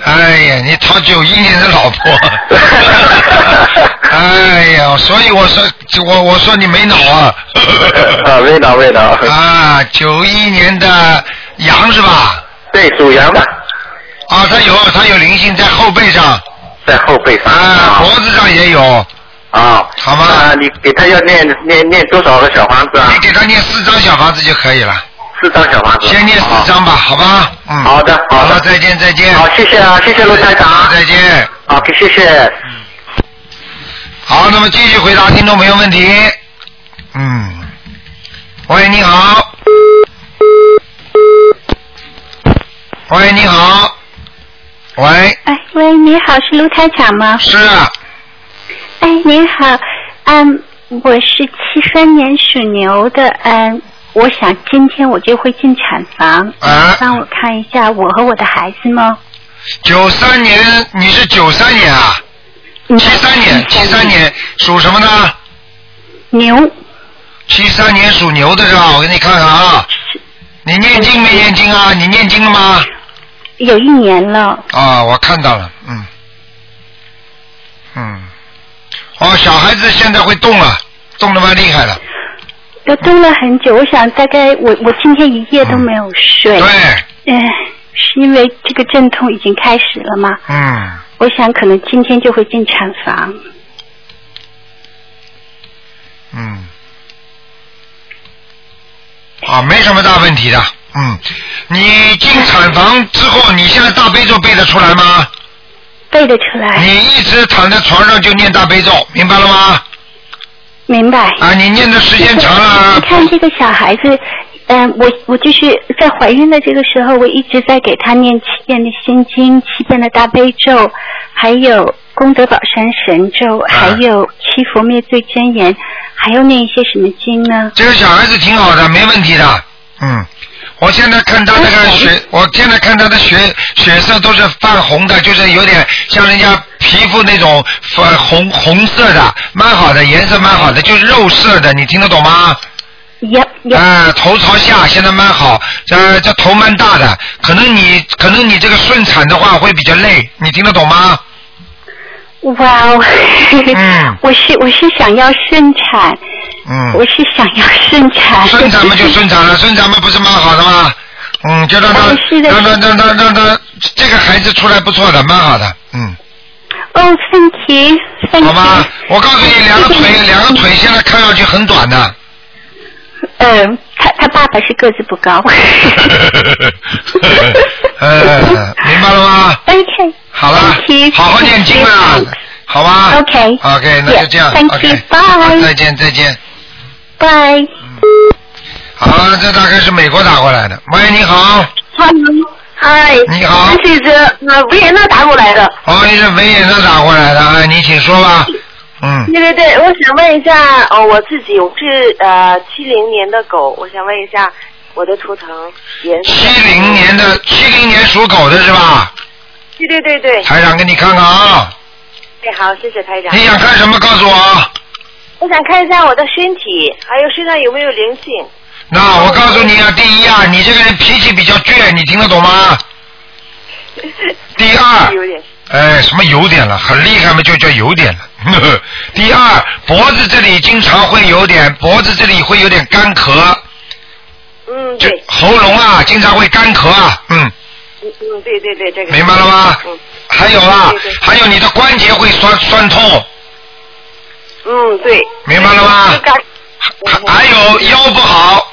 Speaker 1: 哎呀，你讨九一年的 老婆。哎呀，所以我说，我我说你没脑啊！
Speaker 6: 啊，味道味道，
Speaker 1: 啊，九一年的羊是吧？
Speaker 6: 对，属羊的，
Speaker 1: 啊，它有它有灵性在后背上，
Speaker 6: 在后背上
Speaker 1: 啊，脖子上也有。
Speaker 6: 啊，
Speaker 1: 好吗
Speaker 6: 啊，你给他要念念念多少个小房子啊
Speaker 1: 你？给他念四张小房子就可以了，
Speaker 6: 四张小房子。
Speaker 1: 先念四张吧，好吧？
Speaker 6: 好。
Speaker 1: 嗯。
Speaker 6: 啊好的，
Speaker 1: 好
Speaker 6: 好
Speaker 1: 了，
Speaker 6: 的，
Speaker 1: 再见，再见。
Speaker 6: 好，谢谢啊，谢谢卢台长。
Speaker 1: 再见。
Speaker 6: 好，谢谢。
Speaker 1: 好，那么继续回答听众朋友问题。嗯，喂，你好。喂，你好。喂，
Speaker 7: 哎，喂，你好，是卢台长吗？
Speaker 1: 是啊
Speaker 7: 哎，您好，嗯，我是七三年属牛的，嗯，我想今天我就会进产房，
Speaker 1: 啊，
Speaker 7: 帮我看一下我和我的孩子吗？
Speaker 1: 九三年，你是九三年啊？
Speaker 7: 嗯
Speaker 1: 七三年，七三年属什么呢？
Speaker 7: 牛，
Speaker 1: 七三年属牛的是吧？我给你看看啊，你念经没念经啊？你念经了吗？
Speaker 7: 有一年了，
Speaker 1: 啊，我看到了，嗯，嗯，哦，小孩子现在会动了，动的蛮厉害了，
Speaker 7: 都蹲了很久，我想大概我我今天一夜都没有睡，
Speaker 1: 对，
Speaker 7: 嗯，是因为这个阵痛已经开始了吗？
Speaker 1: 嗯，
Speaker 7: 我想可能今天就会进产房，
Speaker 1: 嗯，啊，没什么大问题的，嗯，你进产房之后，你现在大悲咒背得出来吗？
Speaker 7: 背得出来，
Speaker 1: 你一直躺在床上就念大悲咒，明白了吗？
Speaker 7: 明白。
Speaker 1: 啊，你念的时间长了
Speaker 7: 哎
Speaker 1: 啊
Speaker 7: 你，看这个小孩子，嗯、我我就是在怀孕的这个时候，我一直在给他念七遍的心经、七遍的大悲咒，还有功德宝山神咒，
Speaker 1: 嗯
Speaker 7: 还有七佛灭罪真言，还要念一些什么经呢？
Speaker 1: 这个小孩子挺好的，没问题的。嗯，我现在看他那个血，我现在看他的血血色都是泛红的，就是有点像人家皮肤那种呃红红色的，蛮好的，颜色蛮好的，就是肉色的，你听得懂吗？
Speaker 7: 也也、
Speaker 1: 啊、头朝下，现在蛮好，呃，这头蛮大的，可能你可能你这个顺产的话会比较累，你听得懂吗？
Speaker 7: 哇哦！
Speaker 1: 嗯
Speaker 7: 我是我是想要顺产，
Speaker 1: 嗯，
Speaker 7: 我是想要顺产。
Speaker 1: 顺产嘛就顺产了，顺产嘛不是蛮好的吗？嗯，就让他
Speaker 7: 哎是的
Speaker 1: 让他让他让他这个孩子出来不错的，蛮好的，嗯，
Speaker 7: 哦，thank you，thank you。
Speaker 1: 好吧。我告诉你，两个
Speaker 7: 嗯谢谢
Speaker 1: 腿
Speaker 7: 你
Speaker 1: 两个腿现在看上去很短的，
Speaker 7: 嗯，他他爸爸是个子不高。
Speaker 1: 呃，明白了吗？
Speaker 7: OK。
Speaker 1: 好了
Speaker 7: Thank，you
Speaker 1: 好好念经啊
Speaker 7: Thank you，
Speaker 1: 好吧
Speaker 7: OK
Speaker 1: OK，那就这样
Speaker 7: Yeah，thank you，
Speaker 1: ，OK，
Speaker 7: bye
Speaker 1: 再见再见。
Speaker 7: 拜。
Speaker 1: 好，这大概是美国打过来的。喂，你好，
Speaker 5: 嗨，
Speaker 1: 你好，
Speaker 5: 这是呃维也纳打过来的。
Speaker 1: 哦，你是维也纳打过来的啊，你请说吧。嗯，
Speaker 5: 对对对，我想问一下，哦，我自己我是呃七零年的狗，我想问一下我的图腾颜色。
Speaker 1: 七零年的，七零年属狗的是吧？
Speaker 5: 对对对对，
Speaker 1: 台长给你看看啊，
Speaker 5: 哎好，谢谢台长。
Speaker 1: 你想看什么告诉我啊。
Speaker 5: 我想看一下我的身体，还有身上有没有灵性。
Speaker 1: 那我告诉你啊，第一啊，你这个人脾气比较倔，你听得懂 吗？第二，
Speaker 5: 有点。
Speaker 1: 哎，什么有点了，很厉害嘛，就叫有点了。 呵呵第二，脖子这里经常会有点，脖子这里会有点干咳，
Speaker 5: 嗯，
Speaker 1: 就
Speaker 5: 对，
Speaker 1: 喉咙啊，经常会干咳啊，嗯，
Speaker 5: 嗯嗯，对对对，这个。
Speaker 1: 明白了吗
Speaker 5: 嗯？
Speaker 1: 还有啊
Speaker 5: 对对，
Speaker 1: 还有你的关节会酸酸痛，
Speaker 5: 嗯，对。
Speaker 1: 明白了吗
Speaker 5: 就感
Speaker 1: 还还有腰不好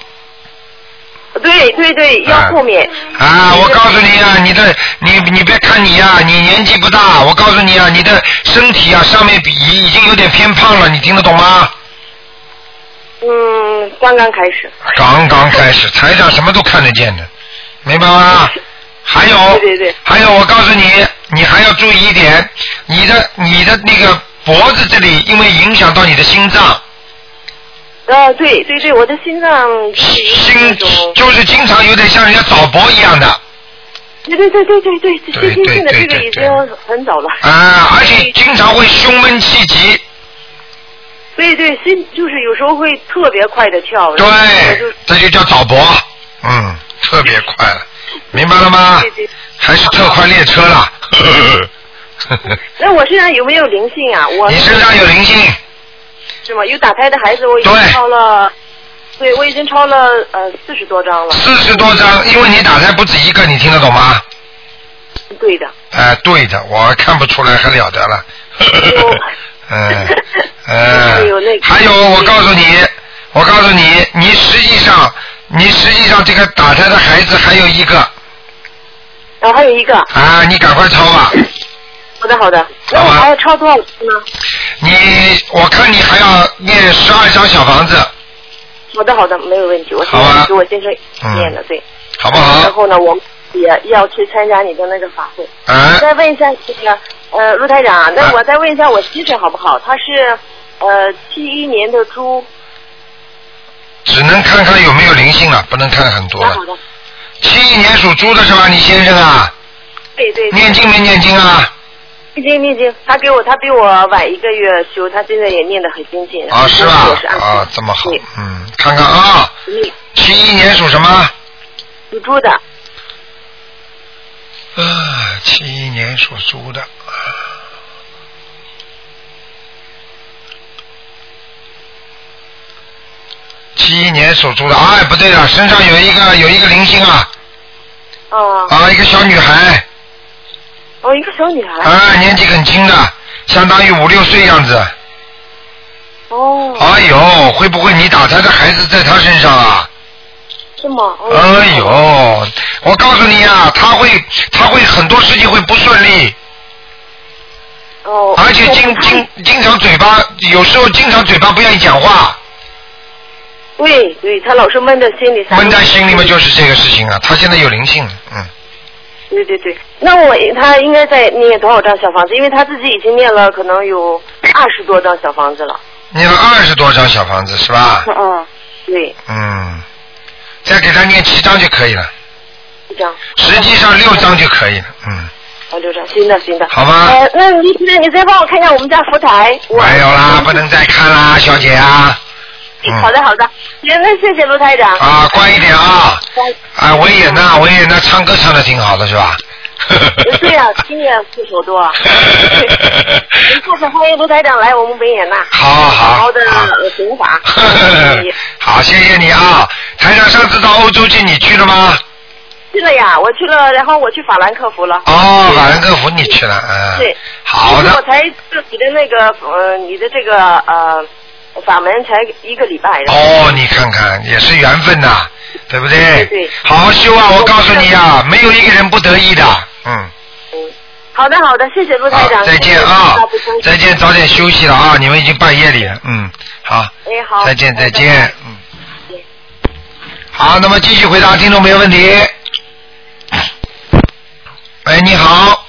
Speaker 1: 哎
Speaker 5: 对对对，腰后面。
Speaker 1: 啊！我告诉你啊，你的你你别看你呀、你年纪不大，我告诉你啊，你的身体啊上面比已经有点偏胖了，你听得懂吗？
Speaker 5: 嗯，刚刚开始。
Speaker 1: 刚刚开 始，台上什么都看得见的，明白吗？还有，
Speaker 5: 对对对
Speaker 1: 还有，我告诉你，你还要注意一点，你的你的那个脖子这里，因为影响到你的心脏，
Speaker 5: 啊，对对对，我的心脏是有那
Speaker 1: 心
Speaker 5: 种，
Speaker 1: 就是经常有点像人家早搏一样的
Speaker 5: 对对对对对对，
Speaker 1: 对
Speaker 5: 最近性的
Speaker 1: 对
Speaker 5: 这个
Speaker 1: 对
Speaker 5: 已
Speaker 1: 对
Speaker 5: 经很早了。
Speaker 1: 啊，而且经常会胸闷气急，
Speaker 5: 对对，心就是有时候会特别快的跳。
Speaker 1: 对
Speaker 5: 然后就，
Speaker 1: 这就叫早搏，嗯，特别快了，明白了吗
Speaker 5: 对？对。
Speaker 1: 还是特快列车了，
Speaker 5: 那我身上有没有灵性啊？我
Speaker 1: 你身上有灵性，
Speaker 5: 是吗？有打胎的孩子，我已经
Speaker 1: 对
Speaker 5: 超了，对我已经超了呃四十多张了。
Speaker 1: 四十多张，因为你打胎不止一个，你听得懂吗？
Speaker 5: 对的，
Speaker 1: 哎、对的，我看不出来，还了得了。
Speaker 5: 哦
Speaker 1: 嗯嗯，
Speaker 5: 有那个
Speaker 1: 还有，我告诉你，我告诉你，你实际上，你实际上这个打胎的孩子还有一个
Speaker 5: 然后还有一个，
Speaker 1: 啊，你赶快抄吧。
Speaker 5: 好的好的，那
Speaker 1: 好啊
Speaker 5: 我
Speaker 1: 吧
Speaker 5: 还要超多少次呢？
Speaker 1: 你，我看你还要念十二张小房子，
Speaker 5: 好的好的，没有问题，我现
Speaker 1: 好啊嗯
Speaker 5: 在给我先生念的，对。
Speaker 1: 好不
Speaker 5: 然
Speaker 1: 好？
Speaker 5: 后呢，我也要去参加你的那个法会。
Speaker 1: 啊，
Speaker 5: 再问一下这个呃，陆台长啊，
Speaker 1: 啊
Speaker 5: 那我再问一下我先生好不好？他是呃七一年的猪，
Speaker 1: 只能看看有没有灵性了，不能看很多
Speaker 5: 那
Speaker 1: 了
Speaker 5: 好。的，
Speaker 1: 七一年属猪的是吧？你先生啊，
Speaker 5: 对对，对
Speaker 1: 念经没念经啊？
Speaker 5: 念经念经，他给我他比我晚一个月修，他现在也念得很精进。
Speaker 1: 啊，是吧
Speaker 5: 我是？按
Speaker 1: 啊，这么好
Speaker 5: 对，嗯
Speaker 1: 嗯，看看啊，
Speaker 5: 你
Speaker 1: 七一年属什么？
Speaker 5: 属猪的，
Speaker 1: 啊，七一年属猪的。七一年属猪的，哎，不对了，身上有一个有一个灵性啊，
Speaker 5: 哦，
Speaker 1: 啊，一个小女孩，
Speaker 5: 哦，一个小女孩，
Speaker 1: 啊，年纪很轻的，相当于五六岁样子。
Speaker 5: 哦，
Speaker 1: 哎呦，会不会你打胎的孩子在她身上啊？
Speaker 5: 是吗？哦
Speaker 1: 哎呦，我告诉你啊，他会他会很多事情会不顺利，
Speaker 5: 哦，
Speaker 1: 而且
Speaker 5: 我
Speaker 1: 经
Speaker 5: 看
Speaker 1: 经经常嘴巴有时候经常嘴巴不愿意讲话，
Speaker 5: 对对，他老是闷在心里，
Speaker 1: 闷在心里面就是这个事情啊。他现在有灵性，嗯，
Speaker 5: 对对对，那我他应该在念多少张小房子？因为他自己已经念了可能有二十多张小房子了。
Speaker 1: 念了二十多张小房子是吧？
Speaker 5: 嗯，对，
Speaker 1: 嗯，再给他念七张就可以了，
Speaker 5: 一张，
Speaker 1: 实际上六张就可以了，嗯，
Speaker 5: 哦，六张，行的行的。
Speaker 1: 好吧？
Speaker 5: 呃，那你那你再帮我看一下我们家佛台。我
Speaker 1: 没有啦，不能再看啦，小姐啊。嗯
Speaker 5: 好的好的，行，那谢谢卢台长。
Speaker 1: 啊，乖一点啊！
Speaker 5: 乖
Speaker 1: 啊，维也纳，维也纳唱歌唱的挺好的是吧？
Speaker 5: 对呀、今年四首多。对下次欢迎卢台长来我们维也纳，
Speaker 1: 好好
Speaker 5: 好
Speaker 1: 好
Speaker 5: 好的弘法。
Speaker 1: 好，谢谢你啊！台长上次到欧洲去，你去了吗？
Speaker 5: 去了呀，我去了，然后我去法兰克福了。
Speaker 1: 哦，法兰克福你去了，嗯。
Speaker 5: 对。
Speaker 1: 好
Speaker 5: 其实
Speaker 1: 的。
Speaker 5: 我才对你的那个呃，你的这个呃法门才一个礼拜。然后
Speaker 1: 哦，你看看，也是缘分呐、对不对？
Speaker 5: 对对
Speaker 1: 好好修啊！我告诉你啊，没有一个人不得意的，嗯。
Speaker 5: 好的好的，谢谢卢台
Speaker 1: 好
Speaker 5: 长。，
Speaker 1: 再见
Speaker 5: 谢谢
Speaker 1: 啊
Speaker 5: 大不相！信
Speaker 1: 再见，早点休息了啊！你们已经半夜里了，嗯，好。
Speaker 5: 哎好，
Speaker 1: 再见，再
Speaker 5: 拜拜
Speaker 1: 见，嗯。好，那么继续回答听众朋友问题。喂，你好。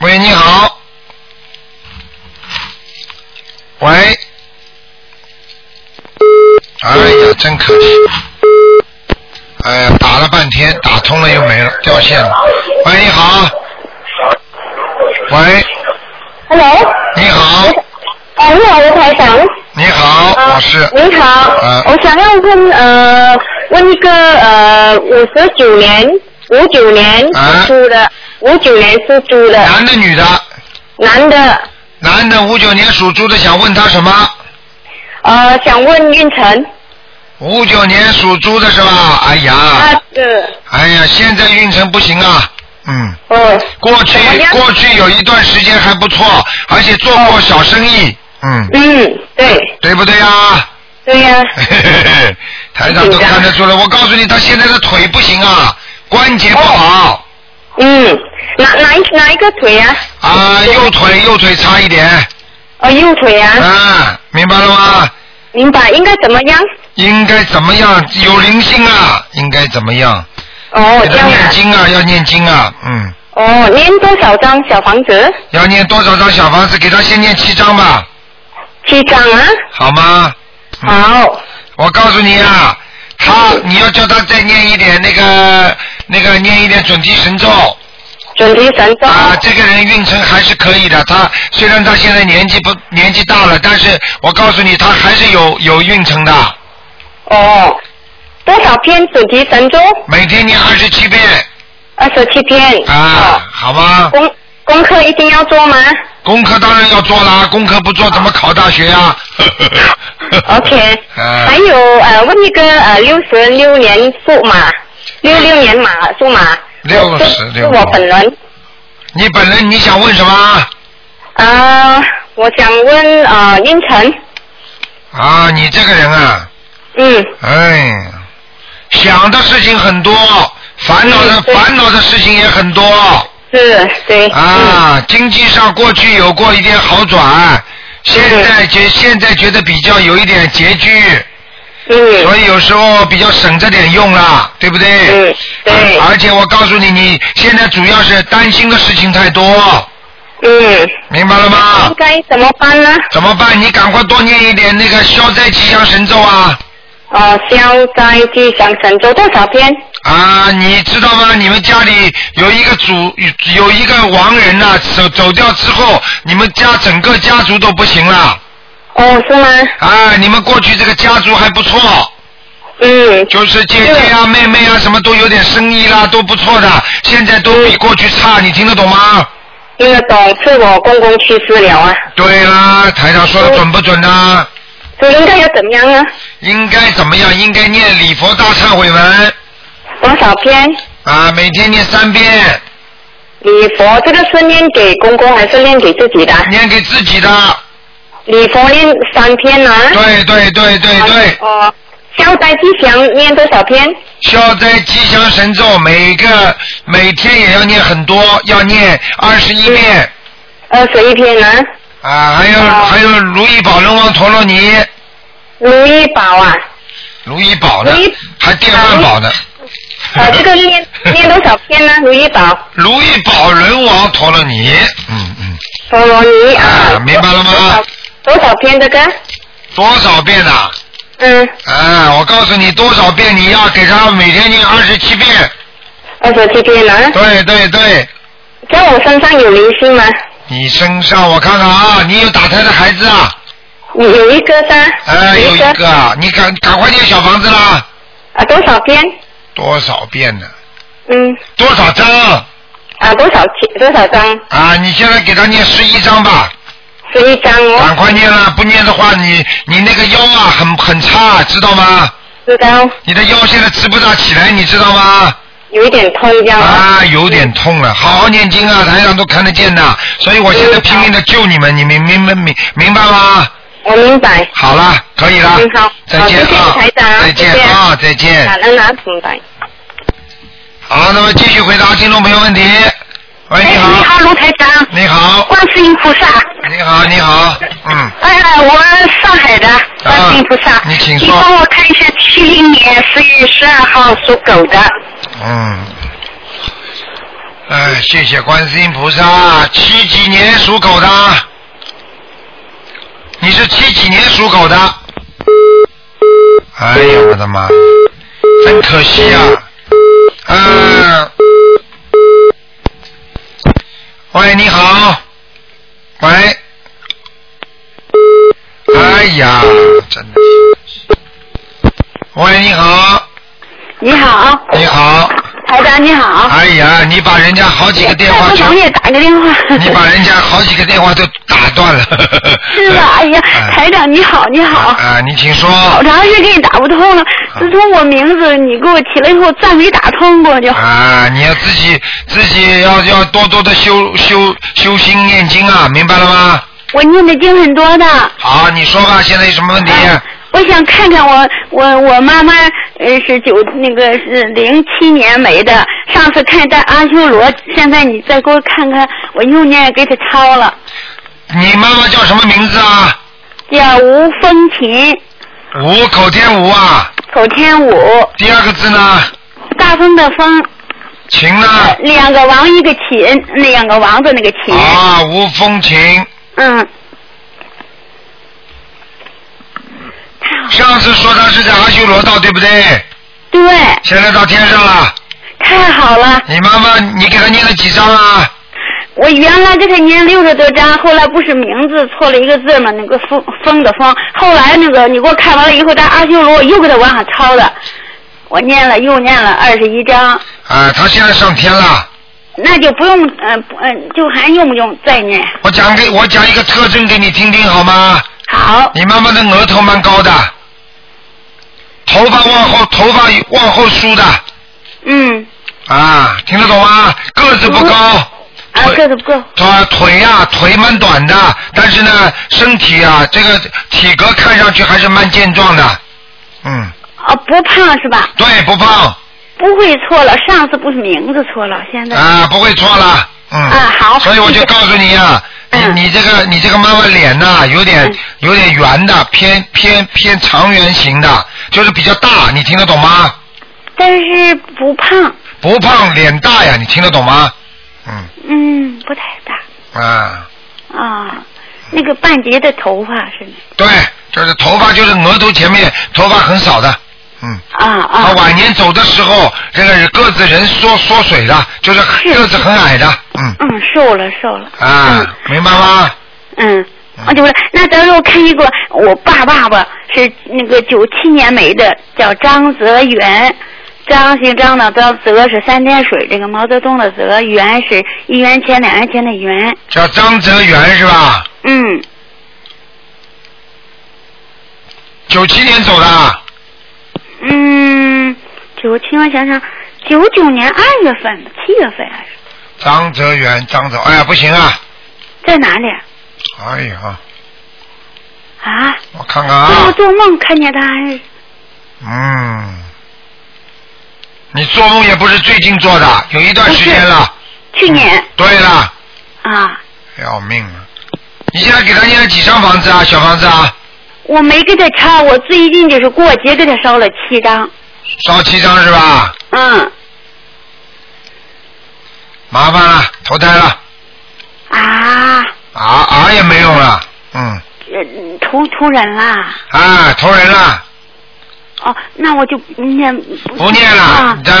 Speaker 1: 喂，你好。喂。哎呀，真可惜。哎呀，打了半天，打通了又没了，掉线了。喂，你好。喂，
Speaker 8: Hello，
Speaker 1: 你好，
Speaker 8: 哎，你好，刘台长。
Speaker 1: 你好，
Speaker 8: 啊
Speaker 1: 我是。
Speaker 8: 您好，
Speaker 1: 啊
Speaker 8: 我想要问呃，问一个呃，五十九年，五九年
Speaker 1: 啊
Speaker 8: 属猪的，五九年属猪的，
Speaker 1: 男的女的？
Speaker 8: 男的，
Speaker 1: 男的五九年属猪的想问他什么？
Speaker 8: 呃，想问运程。
Speaker 1: 五九年属猪的是吧？哎呀，
Speaker 8: 啊，是，
Speaker 1: 哎呀，现在运程不行啊。嗯，
Speaker 8: 哦，
Speaker 1: 过去
Speaker 8: 怎么样
Speaker 1: 过去有一段时间还不错，而且做过小生意。嗯，
Speaker 8: 嗯，对，
Speaker 1: 对不对啊？
Speaker 8: 对呀、
Speaker 1: 嘿嘿嘿 台长都看得出来，我告诉你，他现在的腿不行啊，关节不好
Speaker 8: 嗯，哪哪一哪一个腿啊？
Speaker 1: 啊，右腿右腿差一点
Speaker 8: 哦，右腿啊，
Speaker 1: 啊，明白了吗？
Speaker 8: 明白，应该怎么样？
Speaker 1: 应该怎么样？有灵性啊，应该怎么样？
Speaker 8: 哦，
Speaker 1: 给
Speaker 8: 这
Speaker 1: 他
Speaker 8: 样
Speaker 1: 念
Speaker 8: 啊，
Speaker 1: 经啊，要念经啊，嗯，
Speaker 8: 哦，念多少张小房子？
Speaker 1: 要念多少张小房子？给他先念七张吧，
Speaker 8: 七张啊？
Speaker 1: 好吗？嗯
Speaker 8: 好，
Speaker 1: 我告诉你啊，他你要叫他再念一点那个那个念一点准提神咒
Speaker 8: 准提神咒。
Speaker 1: 啊，这个人运程还是可以的。他虽然他现在年纪不年纪大了，但是我告诉你，他还是有有运程的。
Speaker 8: 哦，多少篇主题神咒？
Speaker 1: 每天念二十七遍
Speaker 8: 二十七篇。
Speaker 1: 啊，好吗
Speaker 8: 哦。？功功课一定要 做吗
Speaker 1: 功课当然要做啦，功课不做怎么考大学呀、啊、
Speaker 8: ？OK、
Speaker 1: 啊
Speaker 8: 还有呃，问一个呃，六十六年属马，六六年马属马。
Speaker 1: 六
Speaker 8: 是
Speaker 1: 十
Speaker 8: 是
Speaker 1: 六，
Speaker 8: 我本人。
Speaker 1: 你本人你想问什么？
Speaker 8: 呃，我想问呃，运程。
Speaker 1: 啊，你这个人啊，
Speaker 8: 嗯，
Speaker 1: 哎，想的事情很多，烦恼的
Speaker 8: 嗯对
Speaker 1: 烦恼的事情也很多
Speaker 8: 是，对。
Speaker 1: 啊。经济上过去有过一点好转，现在觉现在觉得比较有一点拮据，
Speaker 8: 嗯。
Speaker 1: 所以有时候比较省着点用啦，对不
Speaker 8: 嗯。
Speaker 1: 对？
Speaker 8: 嗯，对。
Speaker 1: 而且我告诉你，你现在主要是担心的事情太多，
Speaker 8: 嗯。
Speaker 1: 明白了吗
Speaker 8: 应？该怎么办呢？
Speaker 1: 怎么办？你赶快多念一点那个消灾吉祥神咒啊！
Speaker 8: 哦，消灾吉祥神咒多少篇？
Speaker 1: 啊，你知道吗？你们家里有一个主，有一个亡人呐、走走掉之后，你们家整个家族都不行了。
Speaker 8: 哦，是吗？
Speaker 1: 啊，你们过去这个家族还不错，
Speaker 8: 嗯，
Speaker 1: 就是姐姐啊、妹妹啊，什么都有点生意啦，都不错的。现在都比过去差，你听得懂吗？
Speaker 8: 听得懂，是我公公去世了啊，
Speaker 1: 对啦，台长说的准不准呢、啊
Speaker 8: 所以应该要怎么样呢？
Speaker 1: 应该怎么样？应该念礼佛大忏悔文
Speaker 8: 多少篇？
Speaker 1: 啊，每天念三遍，
Speaker 8: 礼佛这个是念给公公还是念给自己的啊？
Speaker 1: 念给自己的。
Speaker 8: 礼佛念三篇啊？
Speaker 1: 对对对对对，
Speaker 8: 哦，消灾吉祥念多少篇？
Speaker 1: 消灾吉祥神咒，每个每天也要念很多，要念二十一遍
Speaker 8: 二十一篇呢？
Speaker 1: 啊，还有、
Speaker 8: 哦
Speaker 1: 还有如意宝龙王陀罗尼，
Speaker 8: 如意宝啊，
Speaker 1: 如意宝呢
Speaker 8: 如意，
Speaker 1: 还电饭煲呢。
Speaker 8: 呃，这 个念念多少篇呢？如意宝
Speaker 1: 如意宝轮王陀罗尼，嗯嗯，
Speaker 8: 陀罗尼
Speaker 1: 啊明白了吗
Speaker 8: 哎多少多少篇这个？
Speaker 1: 多少遍呐、啊？
Speaker 8: 嗯，
Speaker 1: 我告诉你多少遍，你要给他每天念二十七遍。
Speaker 8: 二十七篇呢？
Speaker 1: 对对对，
Speaker 8: 在我身上有灵性吗？
Speaker 1: 你身上我看看啊，你有打胎的孩子啊？
Speaker 8: 有有一个噻，
Speaker 1: 哎，有
Speaker 8: 有
Speaker 1: 一
Speaker 8: 个
Speaker 1: 个啊，你赶赶快念小房子啦。
Speaker 8: 啊，多少篇？
Speaker 1: 多少遍呢？
Speaker 8: 嗯，
Speaker 1: 多少张
Speaker 8: 啊，多少篇？多少张？
Speaker 1: 啊？你现在给他念十一张吧，
Speaker 8: 十一张
Speaker 1: 赶
Speaker 8: 哦，
Speaker 1: 快念了，不念的话，你你那个腰啊，很很差，知道吗？
Speaker 8: 知道
Speaker 1: 你的腰现在直不大起来，你知道吗？
Speaker 8: 有一点痛
Speaker 3: 哦
Speaker 8: 这样啊。
Speaker 1: 啊，有点痛了，好好念经啊，台上都看得见的，所以我现在拼命的救你们，你明明白明明白吗？
Speaker 8: 我明白。
Speaker 1: 好了，可以了
Speaker 8: 嗯，好，
Speaker 1: 再
Speaker 8: 好
Speaker 1: 见
Speaker 8: 谢谢
Speaker 1: 啊
Speaker 8: 台，长，
Speaker 1: 再见
Speaker 8: 谢谢
Speaker 1: 啊，再
Speaker 8: 感
Speaker 1: 见。
Speaker 8: 恩啊，明白。
Speaker 1: 好，那么继续回答听众朋友问题。喂，哎你
Speaker 8: 哎
Speaker 3: 哎你
Speaker 1: 好，
Speaker 3: 好，卢台长，
Speaker 1: 你好，
Speaker 3: 观世音菩萨。
Speaker 1: 你好，你好，嗯，
Speaker 3: 哎呀，我上海的观世音菩萨，
Speaker 1: 啊你请说
Speaker 3: 你帮我看一下七零年十月十二号属狗的，
Speaker 1: 嗯，哎，谢谢观世音菩萨。七几年属狗的？你是七几年属狗的？哎呀，我的妈！真可惜啊。嗯。喂，你好。喂。哎呀，真的是。喂，你好，
Speaker 2: 你好，
Speaker 1: 你好。
Speaker 2: 台长你好。
Speaker 1: 哎呀，你把人家好几个电话
Speaker 2: 不
Speaker 1: 全
Speaker 2: 容，易打个电话。
Speaker 1: 你把人家好几个电话都打断了。
Speaker 2: 是吧？ 哎呀，
Speaker 1: 嗯
Speaker 2: 台长你好，你好。
Speaker 1: 啊，你请说。
Speaker 2: 好长时间给你打不通了，
Speaker 1: 嗯
Speaker 2: 自从我名字你给我起了以后，再没打通过就。
Speaker 1: 啊，你要自己自己要要多多的修修修心念经啊，明白了吗？
Speaker 2: 我念的经很多的。
Speaker 1: 好，你说吧，现在有什么问题？
Speaker 2: 哎我想看看我我我妈妈呃是九那个是零七年没的，上次看在阿修罗，现在你再给我看看，我又念给她抄了，
Speaker 1: 你妈妈叫什么名字啊？
Speaker 2: 叫吴风琴，
Speaker 1: 吴口天吴啊，
Speaker 2: 口天武，
Speaker 1: 第二个字呢？啊
Speaker 2: 大风的风，呃
Speaker 1: 琴呢？
Speaker 2: 两个王一个琴，两个王字那个琴。
Speaker 1: 啊，吴风琴。
Speaker 2: 嗯，
Speaker 1: 上次说他是在阿修罗道，对不对？
Speaker 2: 对，
Speaker 1: 现在到天上了。
Speaker 2: 太好了！
Speaker 1: 你妈妈，你给她念了几张啊？
Speaker 2: 我原来给他念六十多章，后来不是名字错了一个字嘛，那个风风的风。后来那个你给我看完了以后，在阿修罗我又给他往上抄的，我念了又念了二十一章，
Speaker 1: 啊，她现在上天了。
Speaker 2: 那就不用嗯嗯、呃就还用不用再念？
Speaker 1: 我讲给我讲一个特征给你听听好吗？
Speaker 2: 好，
Speaker 1: 你妈妈的额头蛮高的，头发往后，头发往后梳的，
Speaker 2: 嗯，
Speaker 1: 啊，听得懂吗？个子不高，
Speaker 2: 啊
Speaker 1: 腿
Speaker 2: 个子不够，
Speaker 1: 她腿呀、腿蛮短的，但是呢，身体啊，这个体格看上去还是蛮健壮的，嗯，
Speaker 2: 啊不胖是吧？
Speaker 1: 对，不胖，
Speaker 2: 不会错了，上次不是名字错了，现在
Speaker 1: 啊，不会错了。嗯。
Speaker 2: 啊好
Speaker 1: 所以我就告诉你呀、啊
Speaker 2: 嗯
Speaker 1: 你你这个你这个妈妈脸呐、有点
Speaker 2: 嗯
Speaker 1: 有点圆的，偏偏偏长圆形的，就是比较大，你听得懂吗？
Speaker 2: 但是不胖，
Speaker 1: 不胖脸大呀，你听得懂吗？嗯
Speaker 2: 嗯，不太大。
Speaker 1: 啊，
Speaker 2: 啊，那个半截的头发是吗
Speaker 1: 对，就是头发就是额头前面头发很少的，嗯。
Speaker 2: 啊
Speaker 1: 她
Speaker 2: 啊
Speaker 1: 晚年走的时候，这个个子人缩缩水的，就是
Speaker 2: 是
Speaker 1: 个子很矮的，嗯
Speaker 2: 嗯，瘦了瘦了
Speaker 1: 啊，明白吗？
Speaker 2: 嗯。
Speaker 1: 嗯
Speaker 2: 啊，就是那咱我看一个，我爸爸吧是那个九七年没的，叫张泽元，张姓张呢，张泽是三点水，这个毛泽东的泽，元是一元钱两元钱的元，
Speaker 1: 叫张泽元是吧？
Speaker 2: 嗯，
Speaker 1: 九七年走的啊。
Speaker 2: 嗯，九七我想想，九九年二月份吧，七月份还是
Speaker 1: 张泽元，张泽，哎呀，不行啊！
Speaker 2: 在哪里啊？
Speaker 1: 哎呀，
Speaker 2: 啊，
Speaker 1: 我看看
Speaker 2: 那我
Speaker 1: 啊，
Speaker 2: 做梦看见他还是
Speaker 1: 嗯，你做梦也不是最近做的，有一段时间了。嗯
Speaker 2: 去年
Speaker 1: 对了，嗯
Speaker 2: 啊，
Speaker 1: 要命了！你现在给他念了几张房子啊，小房子啊？
Speaker 2: 我没给他抄，我最近就是过节给他烧了七张。
Speaker 1: 烧七张是吧？
Speaker 2: 嗯
Speaker 1: 麻烦了，投胎了，
Speaker 2: 啊，
Speaker 1: 啊啊也没用了，嗯，
Speaker 2: 呃投投人啦。
Speaker 1: 啊投人了，
Speaker 2: 哦，那我就念不
Speaker 1: 不念了
Speaker 2: 啊。。
Speaker 1: 他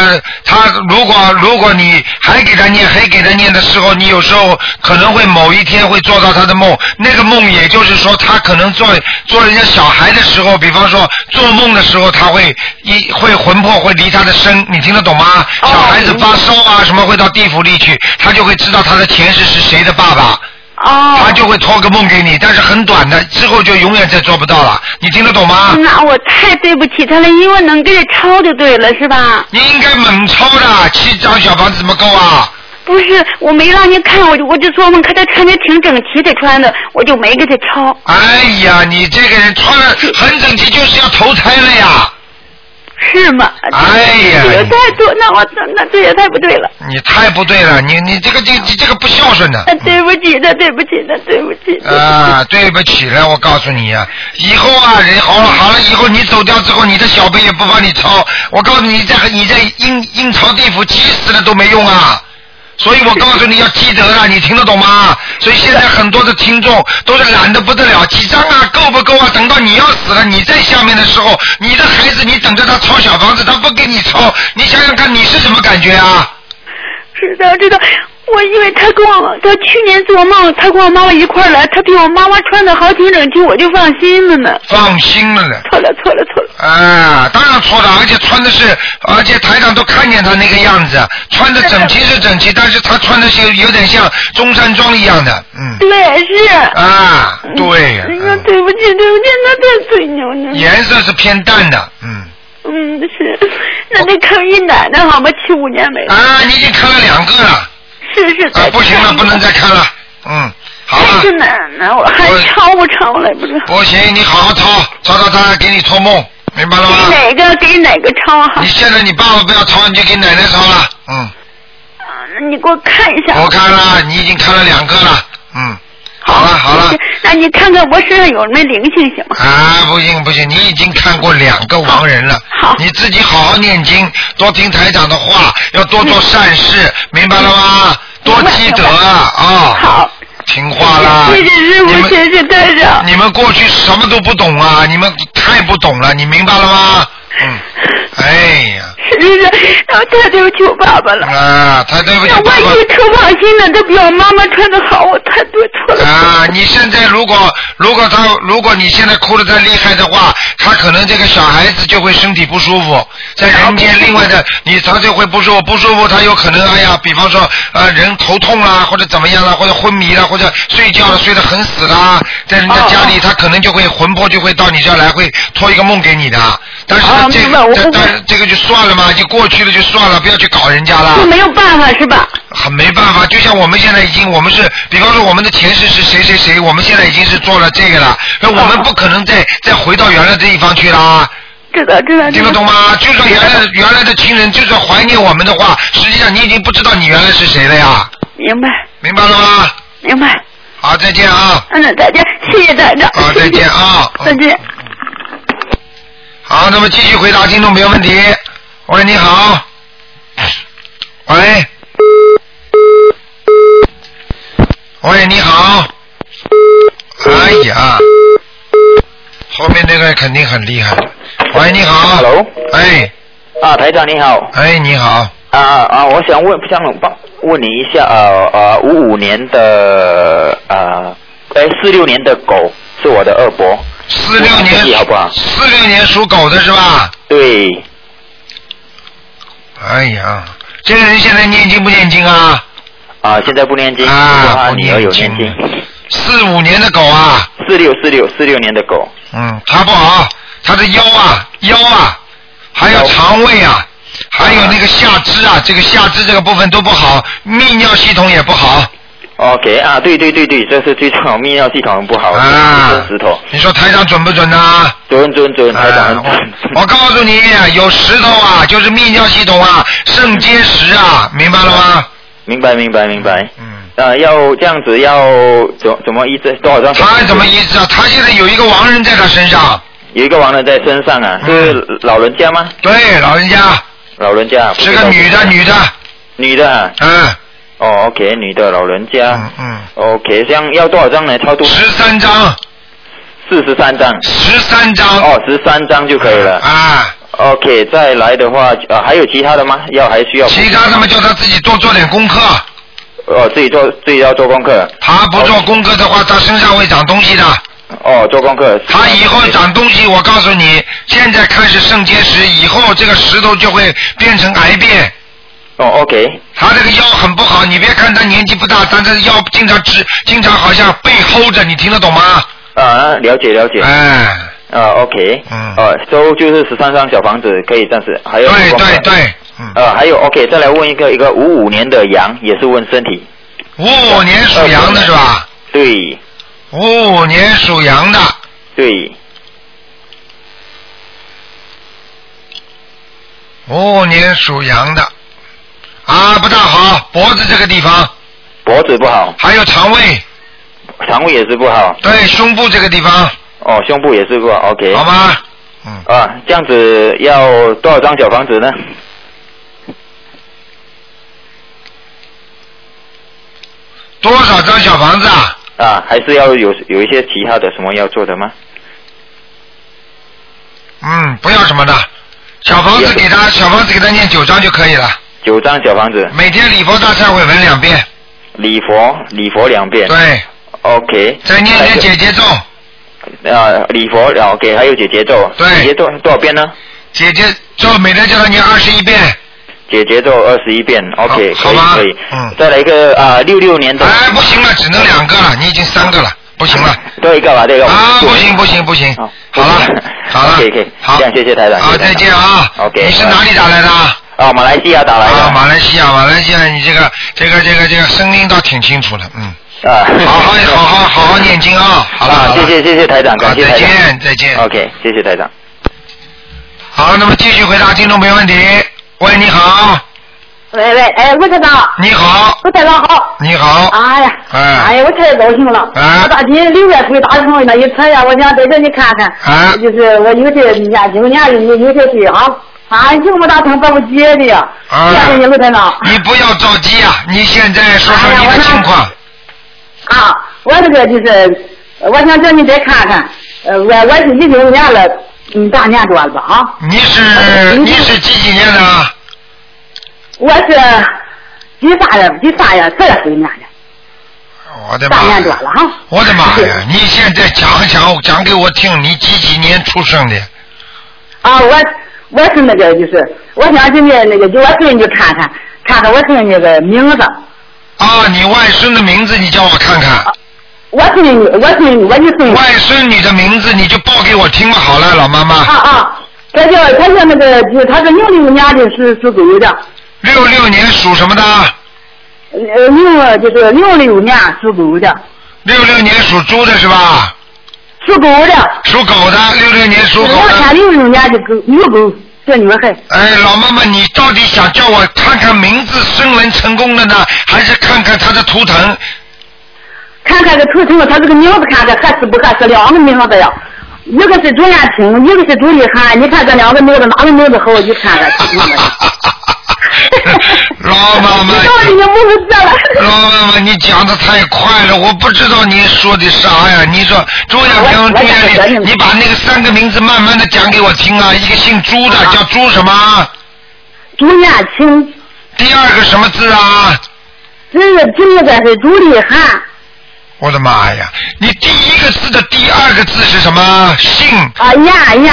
Speaker 1: 他如果如果你还给他念，还给他念的时候，你有时候可能会某一天会做到他的梦，那个梦也就是说，他可能做做人家小孩的时候，比方说做梦的时候，他会一会魂魄会离他的身，你听得懂吗？
Speaker 2: 哦
Speaker 1: 小孩子发烧啊什么会到地府里去，他就会知道他的前世是谁的爸爸。
Speaker 2: 哦，
Speaker 1: 他就会托个梦给你，但是很短的，之后就永远再做不到了。你听得懂吗？
Speaker 2: 那我太对不起他了，因为能给他抄就对了，是吧？
Speaker 1: 你应该猛抄的，七张小房子怎么够啊？
Speaker 2: 不是，我没让您看，我就我就做梦看他穿的挺整齐的穿的，我就没给他抄。
Speaker 1: 哎呀，你这个人穿的很整齐，就是要投胎了呀！
Speaker 2: 是吗？
Speaker 1: 哎呀
Speaker 2: 这个太多，那我那那这也太不对了。
Speaker 1: 你太不对了，你你这个这个、这个不孝顺的
Speaker 2: 那。啊对不
Speaker 1: 嗯
Speaker 2: 起，那对不起，那对不起。
Speaker 1: 啊，对不起了，我告诉你呀、以后啊，人好了好了，以后你走掉之后，你的小辈也不帮你抄。我告诉你，在你在阴阴曹地府急死了都没用啊。所以我告诉你要积德啊，你听得懂吗？所以现在很多的听众都是懒得不得了，几张啊，够不够啊？等到你要死了，你在下面的时候，你的孩子你等着他抄小房子，他不给你抄，你想想看你是什么感觉啊？
Speaker 2: 知道知道，我因为他跟我，他去年做梦，他跟我妈妈一块儿来，他比我妈妈穿的好挺整齐，我就放心了呢。
Speaker 1: 放心了呢。
Speaker 2: 错了错了错了，
Speaker 1: 啊，当然错了，而且穿的是，而且台长都看见他那个样子，穿的整齐是整齐，但是他穿的是有点像中山装一样的，嗯，
Speaker 2: 对是。
Speaker 1: 啊，对，
Speaker 2: 哎呀，
Speaker 1: 嗯
Speaker 2: 哎对不起，对不起，那太吹牛了。
Speaker 1: 颜色是偏淡的，嗯，
Speaker 2: 嗯，是，那得看一奶奶好吗？七五年没了，
Speaker 1: 啊，你已经看了两个了，
Speaker 2: 是是
Speaker 1: 啊
Speaker 2: 的。，
Speaker 1: 不行了，不能再看了，嗯，好
Speaker 2: 还
Speaker 1: 了
Speaker 2: 是，奶奶，我还
Speaker 1: 我
Speaker 2: 抄不抄来不知道。
Speaker 1: 不行，你好好抄，抄到他给你托梦，明白了
Speaker 2: 给
Speaker 1: 吗？
Speaker 2: 哪个给哪个抄啊
Speaker 1: 你？现在你爸爸不要抄，你就给奶奶抄了，嗯，
Speaker 2: 你给我看一下。
Speaker 1: 我看了，你已经看了两个了，嗯，好了好了
Speaker 2: 谢谢。那你看看我身上有没有灵性行吗？
Speaker 1: 啊，不行不行，你已经看过两个亡人了
Speaker 2: 好，
Speaker 1: 你自己好好念经，多听台长的话，
Speaker 2: 嗯
Speaker 1: 要多做善事，明白了吗？多积德啊，啊，
Speaker 2: 好，
Speaker 1: 听话啦。
Speaker 2: 谢谢师
Speaker 1: 你
Speaker 2: 傅，
Speaker 1: 们
Speaker 2: 谢谢队长。
Speaker 1: 你们过去什么都不懂啊，你们太不懂了，你明白了吗？ 嗯，哎呀，
Speaker 2: 是是是，然后啊太对不起我爸爸了。
Speaker 1: 啊，他对不起
Speaker 2: 那
Speaker 1: 爸
Speaker 2: 万
Speaker 1: 爸
Speaker 2: 一特放心呢？他比我妈妈穿的好，我太对错 了。
Speaker 1: 啊，你现在如果如果他如果你现在哭得太厉害的话，他可能这个小孩子就会身体不舒服，在人间另外的你他就会不舒服，不舒服他有可能哎呀，比方说呃人头痛啦，或者怎么样啦，或者昏迷啦，或者睡觉了睡得很死啦，在人家家里他可能就会魂魄就会到你这儿来，会托一个梦给你的。但是呢
Speaker 2: 哦
Speaker 1: 这
Speaker 2: 明白我
Speaker 1: 这
Speaker 2: 不
Speaker 1: 但这个就算了嘛，就过去了就算了，不要去搞人家啦。
Speaker 2: 我没有办法是吧？
Speaker 1: 很没办法，就像我们现在已经，我们是，比方说我们的前世是谁谁谁，我们现在已经是做了这个了，那我们不可能再再回到原来的地方去啦，
Speaker 2: 知道知道。
Speaker 1: 听得懂吗？就算原来的原来的亲人，就算怀念我们的话，实际上你已经不知道你原来是谁了呀，
Speaker 2: 明白
Speaker 1: 明白了吗？
Speaker 2: 明白。
Speaker 1: 好，再见啊，
Speaker 2: 嗯，再见，谢谢大家。
Speaker 1: 好，再见啊，
Speaker 2: 再
Speaker 1: 嗯
Speaker 2: 见。
Speaker 1: 好，那么继续回答听众朋友问题。喂，你好。喂。喂，你好。哎呀，后面那个肯定很厉害。喂，你好。
Speaker 9: Hello。
Speaker 1: 哎，
Speaker 9: 啊，台长你好。
Speaker 1: 哎，你好。
Speaker 9: 啊啊啊！我想问，想帮问你一下，呃呃，五五年的呃，哎，四六年的狗是我的二伯。
Speaker 1: 四六
Speaker 9: 我自己
Speaker 1: 年
Speaker 9: 好不好，
Speaker 1: 四六年属狗的是吧？
Speaker 9: 对，
Speaker 1: 哎呀，这个人现在念经不念经啊？
Speaker 9: 啊、现在不念经，
Speaker 1: 啊
Speaker 9: 我怕
Speaker 1: 不
Speaker 9: 女儿有
Speaker 1: 念
Speaker 9: 念
Speaker 1: 经
Speaker 9: 经。
Speaker 1: 四五年的狗啊，
Speaker 9: 四六四六四六年的狗，
Speaker 1: 嗯，他不好，他的腰啊、腰啊，还有
Speaker 9: 腰
Speaker 1: 肠胃啊，还有那个下肢啊，这个下肢这个部分都不好，泌尿系统也不好，
Speaker 6: OK 啊，对对对对，这是最重要，泌尿系统很不好，啊、石头。
Speaker 1: 你说台长准不准呢、啊
Speaker 6: 准准准，台长很准。
Speaker 1: 我告诉你，有石头啊，就是泌尿系统啊，肾结石啊，明白了吗？
Speaker 6: 明白明白明
Speaker 1: 哦
Speaker 6: 白。嗯。啊，要这样子要怎怎么医治多少张？
Speaker 1: 他怎么医治啊？他现在有一个亡人在他身上，
Speaker 6: 有一个亡人在身上啊，
Speaker 1: 嗯
Speaker 6: 是老人家吗？
Speaker 1: 对，老人家
Speaker 6: 老人家。
Speaker 1: 是个女的，女的。
Speaker 6: 女的啊。
Speaker 1: 嗯。
Speaker 6: 哦，OK，女的老人家。嗯嗯。OK，这样要多少张呢？超度。
Speaker 1: 十三张。
Speaker 6: 四十三张。
Speaker 1: 十三张。
Speaker 6: 哦，十三张就可以了。
Speaker 1: 啊。
Speaker 6: OK，再来的话，呃，还有其他的吗？要还需要？
Speaker 1: 其他的嘛，叫他自己多做点功课。
Speaker 6: 哦，自己做自己要做功课。
Speaker 1: 他不做功课的话，他身上会长东西的。
Speaker 6: 哦，做功课。
Speaker 1: 他以后长东西，我告诉你，现在开始肾结石，以后这个石头就会变成癌变。
Speaker 6: 哦，OK。
Speaker 1: 他这个腰很不好，你别看他年纪不大，但是腰经常直，经常好像被齁着，你听得懂吗？
Speaker 6: 啊，了解了解。
Speaker 1: 哎。
Speaker 6: 啊，OK。嗯。哦，都就是十三张小房子可以暂时，还有
Speaker 1: 对对对，
Speaker 6: 哎呃，还有 OK，再来问一个一个五五年的羊，也是问身体。
Speaker 1: 五嗯五年属羊的是吧？
Speaker 6: 对。
Speaker 1: 五五年属羊的。
Speaker 6: 对。
Speaker 1: 五五年属羊的，啊，不大好，脖子这个地方，
Speaker 6: 脖子不好，
Speaker 1: 还有肠胃，
Speaker 6: 肠胃也是不好。
Speaker 1: 对，胸部这个地方，
Speaker 6: 哦，胸部也是不好，OK。
Speaker 1: 好吗？嗯
Speaker 6: 啊，这样子要多少张小房子呢？
Speaker 1: 多少张小房子啊？
Speaker 6: 啊，还是要有有一些其他的什么要做的吗？
Speaker 1: 嗯，不要什么的，小房子给他，小房子给他念九张就可以了。
Speaker 6: 九张小房子，
Speaker 1: 每天礼佛大忏悔文两遍，
Speaker 6: 礼佛礼佛两遍。
Speaker 1: 对。
Speaker 6: OK。
Speaker 1: 再念念姐姐咒。
Speaker 6: 啊，礼佛啊 OK，还有姐姐咒。
Speaker 1: 对
Speaker 6: 姐姐咒多少遍呢？
Speaker 1: 姐姐咒每天叫他念二十一遍。
Speaker 6: 姐姐咒二十一遍，OK，
Speaker 1: 好
Speaker 6: 可以
Speaker 1: 吧嗯
Speaker 6: 可以。再来一个啊，六六年的。
Speaker 1: 哎，不行了，只能两个了，你已经三个了，不行了。
Speaker 6: 多一个吧，这个。哦
Speaker 1: 啊，不行不行不行，好了 好了，
Speaker 6: 可以可以，好，这样谢谢台长。
Speaker 1: 好，再见啊。
Speaker 6: OK。
Speaker 1: 你是哪里打来的？
Speaker 6: 啊，马来西亚打来的。
Speaker 1: 啊，马来西亚，马来西亚，你这个这个这个这个声音倒挺清楚的，嗯。
Speaker 6: 啊。
Speaker 1: 好好好好好好念经啊！好了
Speaker 6: 啊
Speaker 1: 好了，
Speaker 6: 谢谢谢谢台长，
Speaker 1: 好
Speaker 6: 感谢
Speaker 1: 再
Speaker 6: 台长。
Speaker 1: 见再见。
Speaker 6: OK，谢谢台长。
Speaker 1: 好，那么继续回答听众朋友问题。喂，你好，
Speaker 2: 喂喂，哎，吴台长，
Speaker 1: 你好，
Speaker 2: 吴台长好，
Speaker 1: 你好，啊
Speaker 2: 哎呀，
Speaker 1: 哎，
Speaker 2: 哎呀，我太高兴了，我大今六月初打通了一车呀，我想在这你看看，
Speaker 1: 啊，
Speaker 2: 就是我有点眼睛呀，有有点水啊，啊，你这么大疼把我急的呀，
Speaker 1: 啊
Speaker 2: 谢谢你吴台长，
Speaker 1: 你不要着急啊，你现在说
Speaker 2: 哎
Speaker 1: 说你的情况。
Speaker 2: 啊，我这个就是，我想叫你再看看，呃，我我是一九年了，嗯，大年多了吧啊，
Speaker 1: 你是你是几几年的啊？
Speaker 2: 我是几三呀，几三呀，四十岁年的，
Speaker 1: 我的
Speaker 2: 大
Speaker 1: 妈！
Speaker 2: 年多了啊，
Speaker 1: 我的妈呀！你现在讲讲讲给我听，你几几年出生的？
Speaker 2: 啊，我我是那个就是，我想今天那个给我孙女看看，看看我孙女的名字。
Speaker 1: 啊，你外孙的名字你叫我看看。
Speaker 2: 我孙女，我孙女，我的孙女。
Speaker 1: 外孙女的名字你就报给我听好了，老妈妈。
Speaker 2: 啊啊，她叫她叫那个，就是她是六六年的是属狗的，
Speaker 1: 六六年属什么的？
Speaker 2: 呃六就是六六年属狗的，
Speaker 1: 六六年属猪的是吧？
Speaker 2: 属狗的。
Speaker 1: 属狗的，六六年属狗
Speaker 2: 我
Speaker 1: 的。
Speaker 2: 看六六年的狗女狗，这女孩。
Speaker 1: 哎，老妈妈，你到底想叫我看看名字生人成功的呢，还是看看他的图腾？
Speaker 2: 看看这头疼，她这个名字看看合适不合适，两个名字呀。一个是朱艳青，一个是朱丽涵，你看这两个名字哪个名字好？你看看，
Speaker 1: 老妈妈，老妈妈，你讲的太快了，我不知道你说的啥呀？你说朱亚平、朱亚平，你把那个三个名字慢慢的讲给我听啊。一个姓朱的叫朱什么？
Speaker 2: 朱艳青。
Speaker 1: 第二个什么字啊？
Speaker 2: 这个这个是朱丽涵，
Speaker 1: 我的妈呀！你第一个字的第二个字是什么？姓
Speaker 2: 啊呀呀，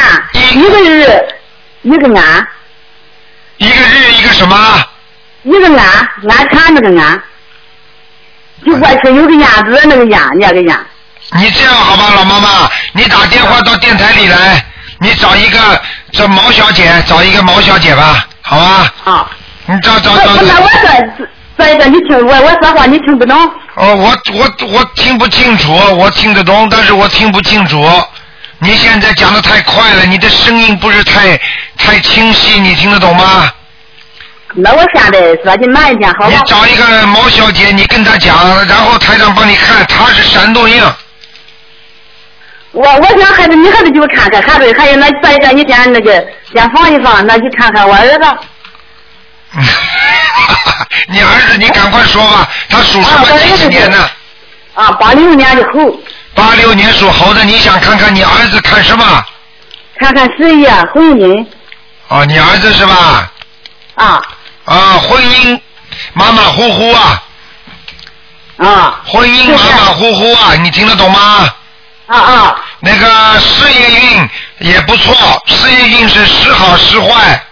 Speaker 2: 一个日，一个俺，
Speaker 1: 一个日一个什么？
Speaker 2: 一个俺，俺看那个俺，就过去有个鸭子那个鸭，那个鸭，
Speaker 1: 你这样好吧，老妈妈，你打电话到电台里来，你找一个这毛小姐，找一个毛小姐吧，好吧？
Speaker 2: 啊。
Speaker 1: 你找
Speaker 2: 我
Speaker 1: 找找
Speaker 2: 我那我这再一个，你听我我说话你听不懂。
Speaker 1: 哦，我我我听不清楚，我听得懂，但是我听不清楚。你现在讲的太快了，你的声音不是太太清晰，你听得懂吗？
Speaker 2: 那我现在说的慢一点，好
Speaker 1: 你
Speaker 2: 吧？
Speaker 1: 找一个毛小姐，你跟她讲，然后台长帮你看，她是闪动 硬。
Speaker 2: 我我想孩子，你还得去看看，还得还有那再一个，你先那个先放一放，那去看看我儿子。
Speaker 1: 你儿子，你赶快说吧，他属什么几几年的？
Speaker 2: 啊，八六年的猴。
Speaker 1: 八六年属猴的，你想看看你儿子看什么？
Speaker 2: 看看事业、婚姻
Speaker 1: 哦，你儿子是吧？
Speaker 2: 啊。
Speaker 1: 啊，婚姻马马虎虎啊。
Speaker 2: 啊。
Speaker 1: 婚姻马马虎虎啊，你听得懂吗？
Speaker 2: 啊啊。
Speaker 1: 那个事业运也不错，事业运是时好时坏。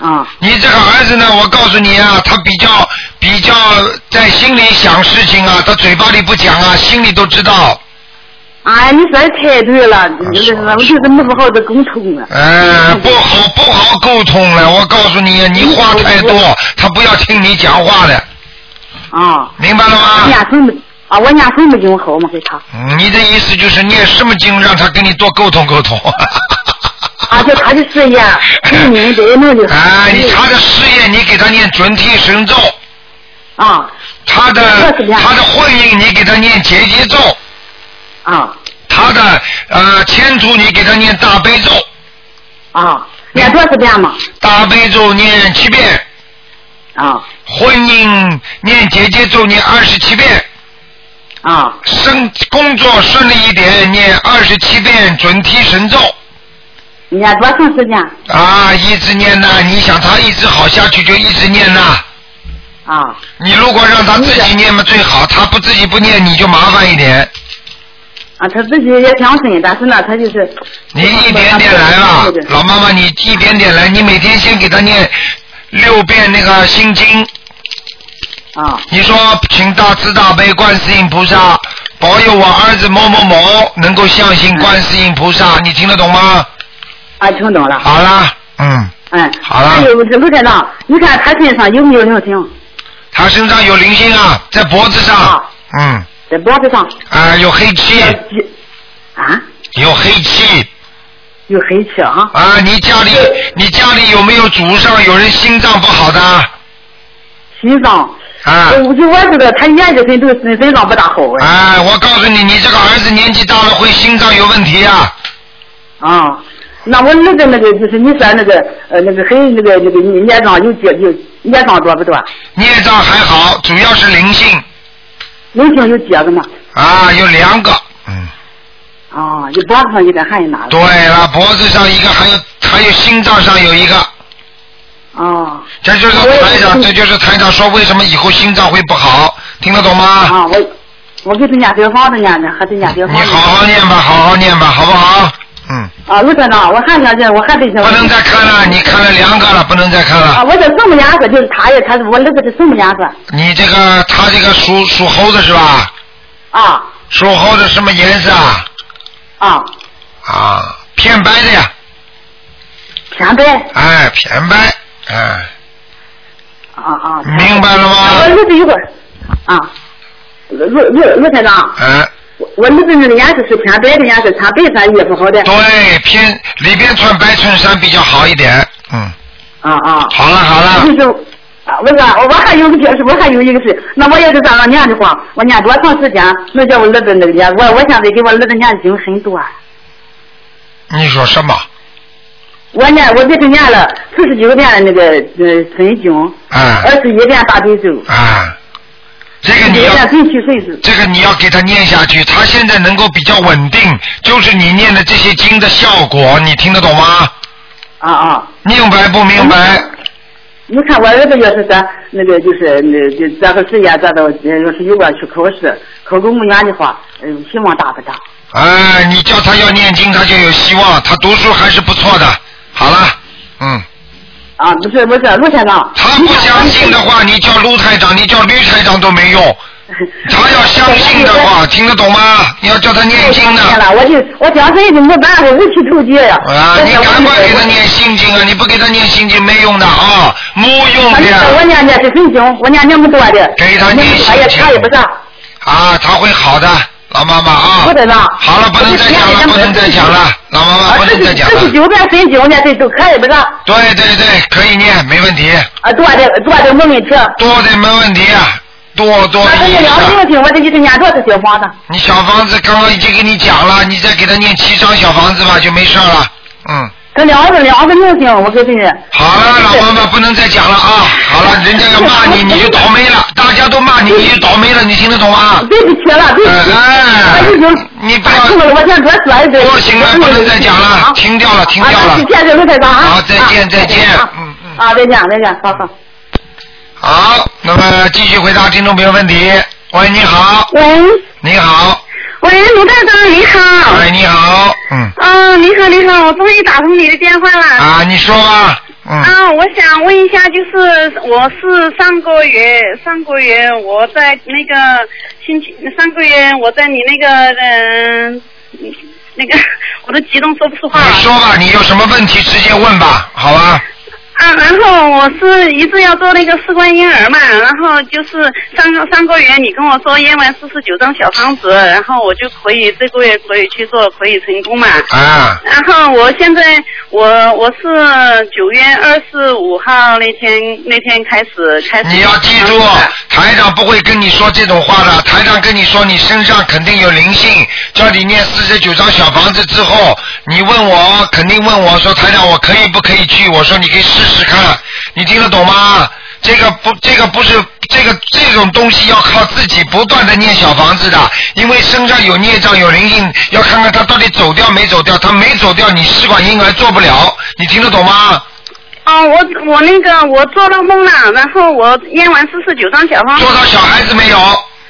Speaker 2: 啊。
Speaker 1: 你这个儿子呢，我告诉你啊，他比较比较在心里想事情啊，他嘴巴里不讲啊，心里都知道。
Speaker 2: 哎，你说的太对了，就是我就是没不好的沟通了。
Speaker 1: 呃，不好不好沟通了，我告诉你，你话太多，他不要听你讲话的。
Speaker 2: 啊。
Speaker 1: 明白了吗？
Speaker 2: 念什么？啊，我念什么经好嘛？给他
Speaker 1: 嗯你的意思就是念什么经，让他跟你多沟通沟通。
Speaker 2: 啊，就他的事业，婚姻得 弄的。
Speaker 1: 啊，你他的事业，你给他念准提神咒。
Speaker 2: 啊。
Speaker 1: 他的他的婚姻，你给他念结节咒。
Speaker 2: 啊。
Speaker 1: 他的呃前途，你给他念大悲咒。
Speaker 2: 啊。念多少遍嘛？
Speaker 1: 大悲咒念七遍。
Speaker 2: 啊。
Speaker 1: 婚姻念结节咒念二十七遍。
Speaker 2: 啊。
Speaker 1: 生工作顺利一点，念二十七遍准提神咒。
Speaker 2: 念多长时间？
Speaker 1: 啊，一直念呐、你想他一直好下去就一直念呐、
Speaker 2: 啊。
Speaker 1: 你如果让他自己念嘛最好，他不自己不念你就麻烦一点。
Speaker 2: 啊，他自己也相信，但是呢，他就是
Speaker 1: 你一点点来吧，老妈妈，你一点点来。你每天先给他念六遍那个心经。
Speaker 2: 啊。
Speaker 1: 你说，请大慈大悲观世音菩萨保佑我儿子某某某能够相信观世音菩萨，你听得懂吗？
Speaker 2: 啊，听懂了。
Speaker 1: 好啦，嗯，
Speaker 2: 嗯。
Speaker 1: 好了
Speaker 2: 还有这陆站长，你看他身上有没有灵性？
Speaker 1: 他身上有灵性啊，在脖子上，嗯，
Speaker 2: 在脖子上。
Speaker 1: 啊，有黑气，
Speaker 2: 啊，
Speaker 1: 有黑气。
Speaker 2: 有黑气啊。
Speaker 1: 啊，你家里你家里有没有祖上有人心脏不好的？
Speaker 2: 心脏。
Speaker 1: 啊。
Speaker 2: 我就我这个，他爷这身都身身脏不大好啊。
Speaker 1: 哎，我告诉你，你这个儿子年纪大了会心脏有问题啊。
Speaker 2: 啊，那我儿子那个就是你说那个呃那个很那个那个孽障有几有孽障多不多？
Speaker 1: 孽障还好，主要是灵性
Speaker 2: 灵性有几个嘛？
Speaker 1: 啊，有两个。
Speaker 2: 啊，有脖子上一个，还有哪个？
Speaker 1: 对了，脖子上一个，还有还有心脏上有一个。
Speaker 2: 啊。
Speaker 1: 这就是台长，这就是台长说为什么以后心脏会不好，听得懂吗？
Speaker 2: 啊，我我给他念小房子念呢，还得念小房子。
Speaker 1: 好啊好念吧，好好念吧，好不好？嗯
Speaker 2: 啊，陆站长，我还想这，我还得想。不能
Speaker 1: 再看了，你看了两个了，不能再看了。
Speaker 2: 啊，我这什么颜色？就是他呀，他是我儿子是什么颜色？
Speaker 1: 你这个他这个属属猴的是吧？
Speaker 2: 啊。
Speaker 1: 属猴的什么颜色啊？
Speaker 2: 啊。
Speaker 1: 啊，偏白的呀。
Speaker 2: 偏白。
Speaker 1: 哎，偏白，哎。
Speaker 2: 啊啊。
Speaker 1: 明白了吗？
Speaker 2: 我儿子有个啊，陆陆陆台长，
Speaker 1: 哎，
Speaker 2: 我我儿子那个颜色是偏白的颜色，穿白色衣服好的。
Speaker 1: 对，偏里边穿白衬衫比较好一点。嗯。
Speaker 2: 啊啊。
Speaker 1: 好了好了。
Speaker 2: 就是啊，我说我还有个事，我还有一个事，那我要是让我念的话，我念多长时间？那叫我儿子那个念，我我现在给我儿子念经很多啊，
Speaker 1: 你说什么？
Speaker 2: 我念我给他念了四十九遍那个呃真经，
Speaker 1: 哎
Speaker 2: 二十一遍大悲咒，
Speaker 1: 哎，这个哎你要这个你要给他念下去，他现在能够比较稳定，就是你念的这些经的效果，你听得懂吗？
Speaker 2: 啊啊。
Speaker 1: 明白不明白？
Speaker 2: 你看我儿子要是说那个就是那就这个事业做到，呃要是有个去考试，考公务员的话，嗯、希望大不大？
Speaker 1: 哎，你叫他要念经，他就有希望，他读书还是不错的。好了，嗯。
Speaker 2: 啊，不是不是，陆先生。
Speaker 1: 他不相信的话，你叫卢台长，你叫吕台长都没用，他要相信的 话，听得懂吗？你要叫他念经的。
Speaker 10: 了，我就
Speaker 2: 哎
Speaker 10: 我讲这怎么办？我无期徒戒呀。
Speaker 1: 啊，你赶快给他念心经啊！你不给他念心经没用的啊，没用
Speaker 10: 反
Speaker 1: 的呀。
Speaker 10: 正我念念是真经，我念那么多的。
Speaker 1: 给他念心
Speaker 10: 哎呀，
Speaker 1: 经
Speaker 10: 他也不上，
Speaker 1: 啊，他会好的，老妈妈啊。
Speaker 10: 不得了。
Speaker 1: 好了，不能再讲了，不能再讲了，老妈
Speaker 2: 啊
Speaker 10: 啊
Speaker 1: 妈不能再讲啊
Speaker 10: 四
Speaker 1: 了
Speaker 10: 十。九遍真经呢，这都他也不上。
Speaker 1: 对对对，可以念，没问题。
Speaker 10: 啊，多的多的没问题。
Speaker 1: 多的没问题啊，多多
Speaker 10: 他
Speaker 1: 的
Speaker 10: 跟
Speaker 1: 一
Speaker 10: 你聊
Speaker 1: 下。
Speaker 10: 的经，我这一个念多少小房子？
Speaker 1: 你小房子刚刚已经给你讲了，你再给他念七张小房子吧，就没事了。嗯，
Speaker 10: 这两个两个硬经，我跟你。
Speaker 1: 好了，老妈妈不能再讲了啊！好了，人家要骂 你，你就倒霉了，大家都骂你，你就倒霉了，你听得懂吗？哎
Speaker 10: 对不起了，对不起，我已经
Speaker 1: 你
Speaker 10: 不 了，我先多说一句。
Speaker 1: 不行了，不能再讲了，停掉了，停掉
Speaker 10: 啊，
Speaker 1: 了
Speaker 10: 那。谢谢卢台长啊。
Speaker 1: 好，再见，再见。嗯
Speaker 10: 啊，再见，再见，好好。
Speaker 1: 好，那么继续回答听众朋友问题。喂，你好。
Speaker 11: 喂。
Speaker 1: 你好，
Speaker 11: 喂，卢站长你好。
Speaker 1: 哎，你好，嗯，
Speaker 11: 啊，你好，你好，我终于打通你的电话了。
Speaker 1: 啊，你说吧，嗯，
Speaker 11: 啊，我想问一下，就是我是上个月，上个月我在那个星期，上个月我在你那个嗯、那个 我都激动说不出话了。
Speaker 1: 说吧，你有什么问题直接问吧，好吧？
Speaker 11: 啊，然后我是一直要做那个试管婴儿嘛，然后就是上个上个月你跟我说验完四十九张小方子，然后我就可以这个月可以去做，可以成功嘛。
Speaker 1: 啊。
Speaker 11: 然后我现在我我是九月二十五号那天那天开始开始。
Speaker 1: 你要记住，
Speaker 11: 哎
Speaker 1: 台长不会跟你说这种话的。台长跟你说你身上肯定有灵性，叫你念四十九张小房子之后，你问我肯定问我说台长我可以不可以去？我说你可以试试看，你听得懂吗？这个不，这个不是这个这种东西要靠自己不断的念小房子的，因为身上有孽障有灵性，要看看他到底走掉没走掉。他没走掉，你试管婴儿做不了，你听得懂吗？
Speaker 11: 哦，我我那个我做到梦了，然后我验完四十九张小方。
Speaker 1: 做到小孩子没有？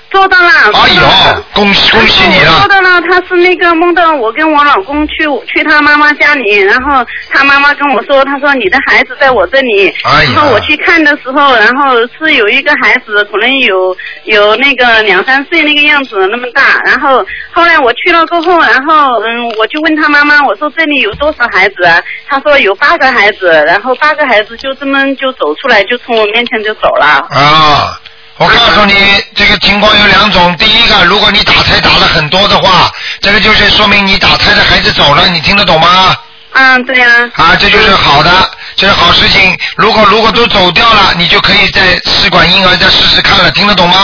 Speaker 11: 做到了。哎呦，
Speaker 1: 啊恭喜恭喜你啊
Speaker 11: 我
Speaker 1: 了
Speaker 11: 做！到了，他是那个梦到我跟我老公去去他妈妈家里，然后他妈妈跟我说，他说你的孩子在我这里，
Speaker 1: 哎呀
Speaker 11: 然后我去看的时候，然后是有一个孩子可能有有那个两三岁那个样子那么大，然后后来我去了过后，然后嗯，我就问他妈妈，我说这里有多少孩子啊？他说有八个孩子，然后八个孩子就这么就走出来，就从我面前就走了。
Speaker 1: 啊，我告诉你，这个情况有两种。第一个，如果你打胎打了很多的话，这个就是说明你打胎的孩子走了，你听得懂吗？
Speaker 11: 嗯，对呀、
Speaker 1: 啊，这就是好的，这是好事情。如果如果都走掉了，你就可以在试管婴儿再试试看了，听得懂吗？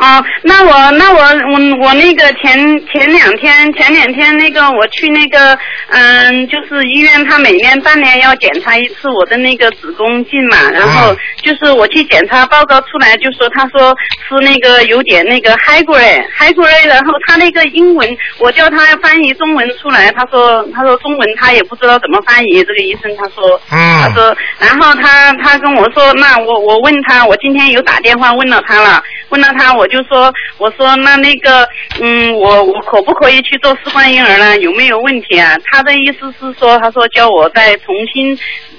Speaker 11: 哦，那我那我嗯我我那个前前两天前两天那个我去那个嗯，就是医院，他每年半年要检查一次我的那个子宫镜嘛，然后就是我去检查报告出来，就说他说是那个有点那个 high grade high grade，然后他那个英文我叫他翻译中文出来，他说他说中文他也不知道怎么翻译，这个医生他说，
Speaker 1: 嗯
Speaker 11: 他说，然后他他跟我说，那我我问他，我今天有打电话问了他了，问了他，我就说，我说那那个，嗯，我我可不可以去做试管婴儿呢？有没有问题啊？他的意思是说，他说叫我再重新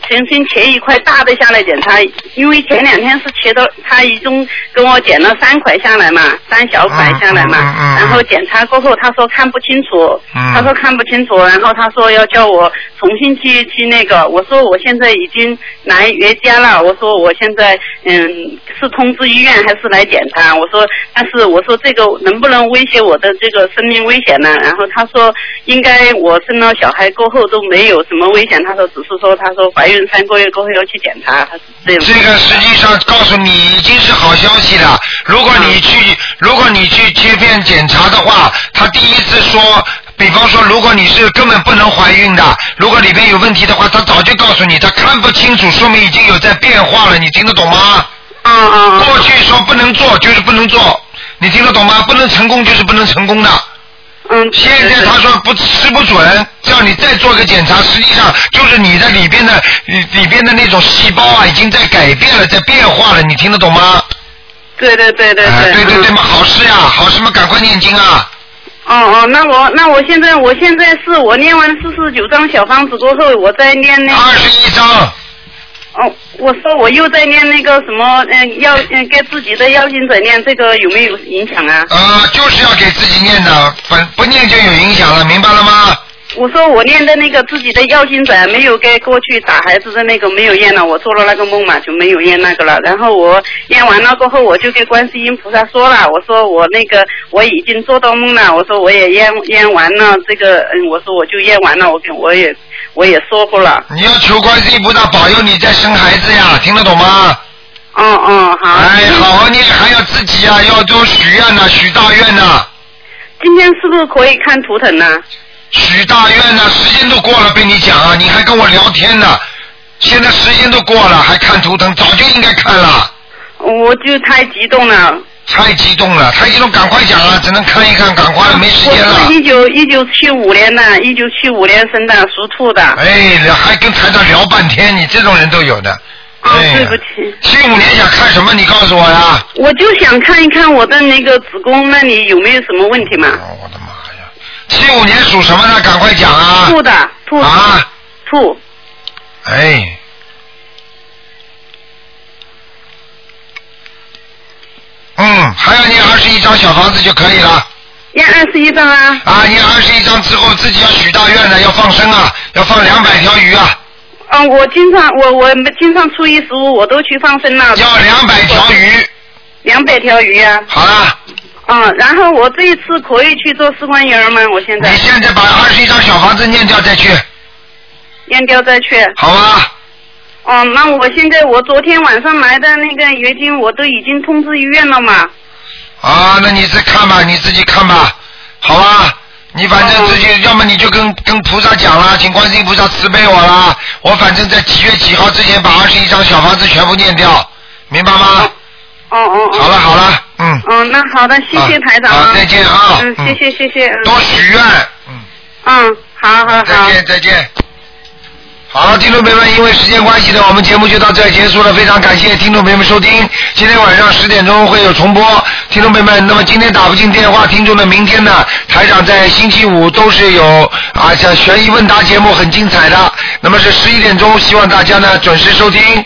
Speaker 11: 重新切一块大的下来检查，因为前两天是切的，他一共跟我剪了三块下来嘛，三小块下来嘛，然后检查过后，他说看不清楚，
Speaker 12: 嗯
Speaker 11: 他说看不清楚，然后他说要叫我重新去去那个，我说我现在已经来爷家了，我说我现在嗯是通知医院还是来检查？我说但是我说这个能不能威胁我的这个生命危险呢？然后他说应该我生了小孩过后都没有什么危险，他说只是说他说怀孕三个月过后要去检查，他这
Speaker 1: 个实际上告诉你已经是好消息了。如果你去，如果你去切片检查的话，他第一次说，比方说，如果你是根本不能怀孕的，如果里边有问题的话，他早就告诉你，他看不清楚，说明已经有在变化了。你听得懂吗？
Speaker 11: 嗯嗯。
Speaker 1: 过去说不能做就是不能做，你听得懂吗？不能成功就是不能成功的。
Speaker 11: 嗯。
Speaker 1: 现在他说不吃不准，叫你再做个检查，实际上就是你的里边的里里边的那种细胞啊，已经在改变了，在变化了，你听得懂吗？
Speaker 11: 对对对对对。
Speaker 1: 哎对对对嘛，好事呀、好事嘛，赶快念经啊！
Speaker 11: 哦哦，那我那我现在我现
Speaker 1: 啊
Speaker 11: 在是我念完四十九张小方子过后，我再念那
Speaker 1: 二十一张。
Speaker 11: 哦哦，我说我又在念那个什么，嗯、要嗯、给自己的要心者念，这个有没有影响啊？
Speaker 1: 啊，就是要给自己念的，反不念就有影响了，明白了吗？
Speaker 11: 我说我念的那个自己的要心者没有给过去打孩子的那个没有念了，我做了那个梦嘛就没有念那个了。然后我念完了过后，我就跟观世音菩萨说了，我说我那个我已经做到梦了，我说我也念念完了这个，嗯，我说我就念完了，我跟我也我也说过了。
Speaker 1: 你要求观世音菩萨保佑你再生孩子呀，听得懂吗？
Speaker 11: 嗯嗯，好。
Speaker 1: 哎，好好念，还要自己呀，要多许愿呐、许大愿呐、
Speaker 11: 今天是不是可以看图腾呢？啊
Speaker 1: 许大愿呐、时间都过了，被你讲啊，你还跟我聊天呢。现在时间都过了，还看图腾，早就应该看了。
Speaker 11: 我就太激动了。
Speaker 1: 太激动了，太激动，赶快讲啊！只能看一看，赶快了，没时
Speaker 11: 我
Speaker 1: 间了。
Speaker 11: 是一九一九七五年的，一九七五年生的，属兔的。
Speaker 1: 哎，还跟台长聊半天，你这种人都有的。哎呀，
Speaker 11: 哦对不起。
Speaker 1: 七五年想看什么？你告诉我呀。
Speaker 11: 我就想看一看我的那个子宫那里有没有什么问题嘛。
Speaker 1: 哦七五年属什么呢？赶快讲啊！
Speaker 11: 兔的，兔
Speaker 1: 啊，
Speaker 11: 兔，
Speaker 1: 哎，嗯，还要念二十一张小房子就可以了。
Speaker 11: 念二十一张啊。
Speaker 1: 啊，念二十一张之后，自己要许大愿的，要放生啊，要放两百条鱼啊，
Speaker 11: 嗯，我经常我我经常初一十五我都去放生了。
Speaker 1: 要两百条鱼。
Speaker 11: 两百条鱼啊。
Speaker 1: 好啦。
Speaker 11: 嗯，然后我这一次可以去做四官员吗？我现在。
Speaker 1: 你现在把二十一张小房子念掉再去，
Speaker 11: 念掉再去。
Speaker 1: 好吗？
Speaker 11: 哦，那我现在我昨天晚上来的那个月经，我都已经通知医院了嘛。
Speaker 1: 啊，那你自看吧，你自己看吧，好吧？你反正自己，要么你就跟跟菩萨讲啦，请观世音菩萨慈悲我啦。我反正在几月几号之前把二十一张小房子全部念掉，明白吗？
Speaker 11: 哦哦哦。
Speaker 1: 好了好了，嗯，
Speaker 11: 嗯，那好的，谢谢台长啊。
Speaker 1: 好再见啊
Speaker 11: 嗯，谢谢谢谢。嗯
Speaker 1: 多许愿。
Speaker 11: 嗯，好好好。
Speaker 1: 再见再见。好，听众朋友们，因为时间关系呢，我们节目就到这儿结束了。非常感谢听众朋友们收听，今天晚上十点钟会有重播。听众朋友们，那么今天打不进电话，听众呢，明天呢，台长在星期五都是有啊，像悬疑问答节目很精彩的。那么是十一点钟，希望大家呢准时收听。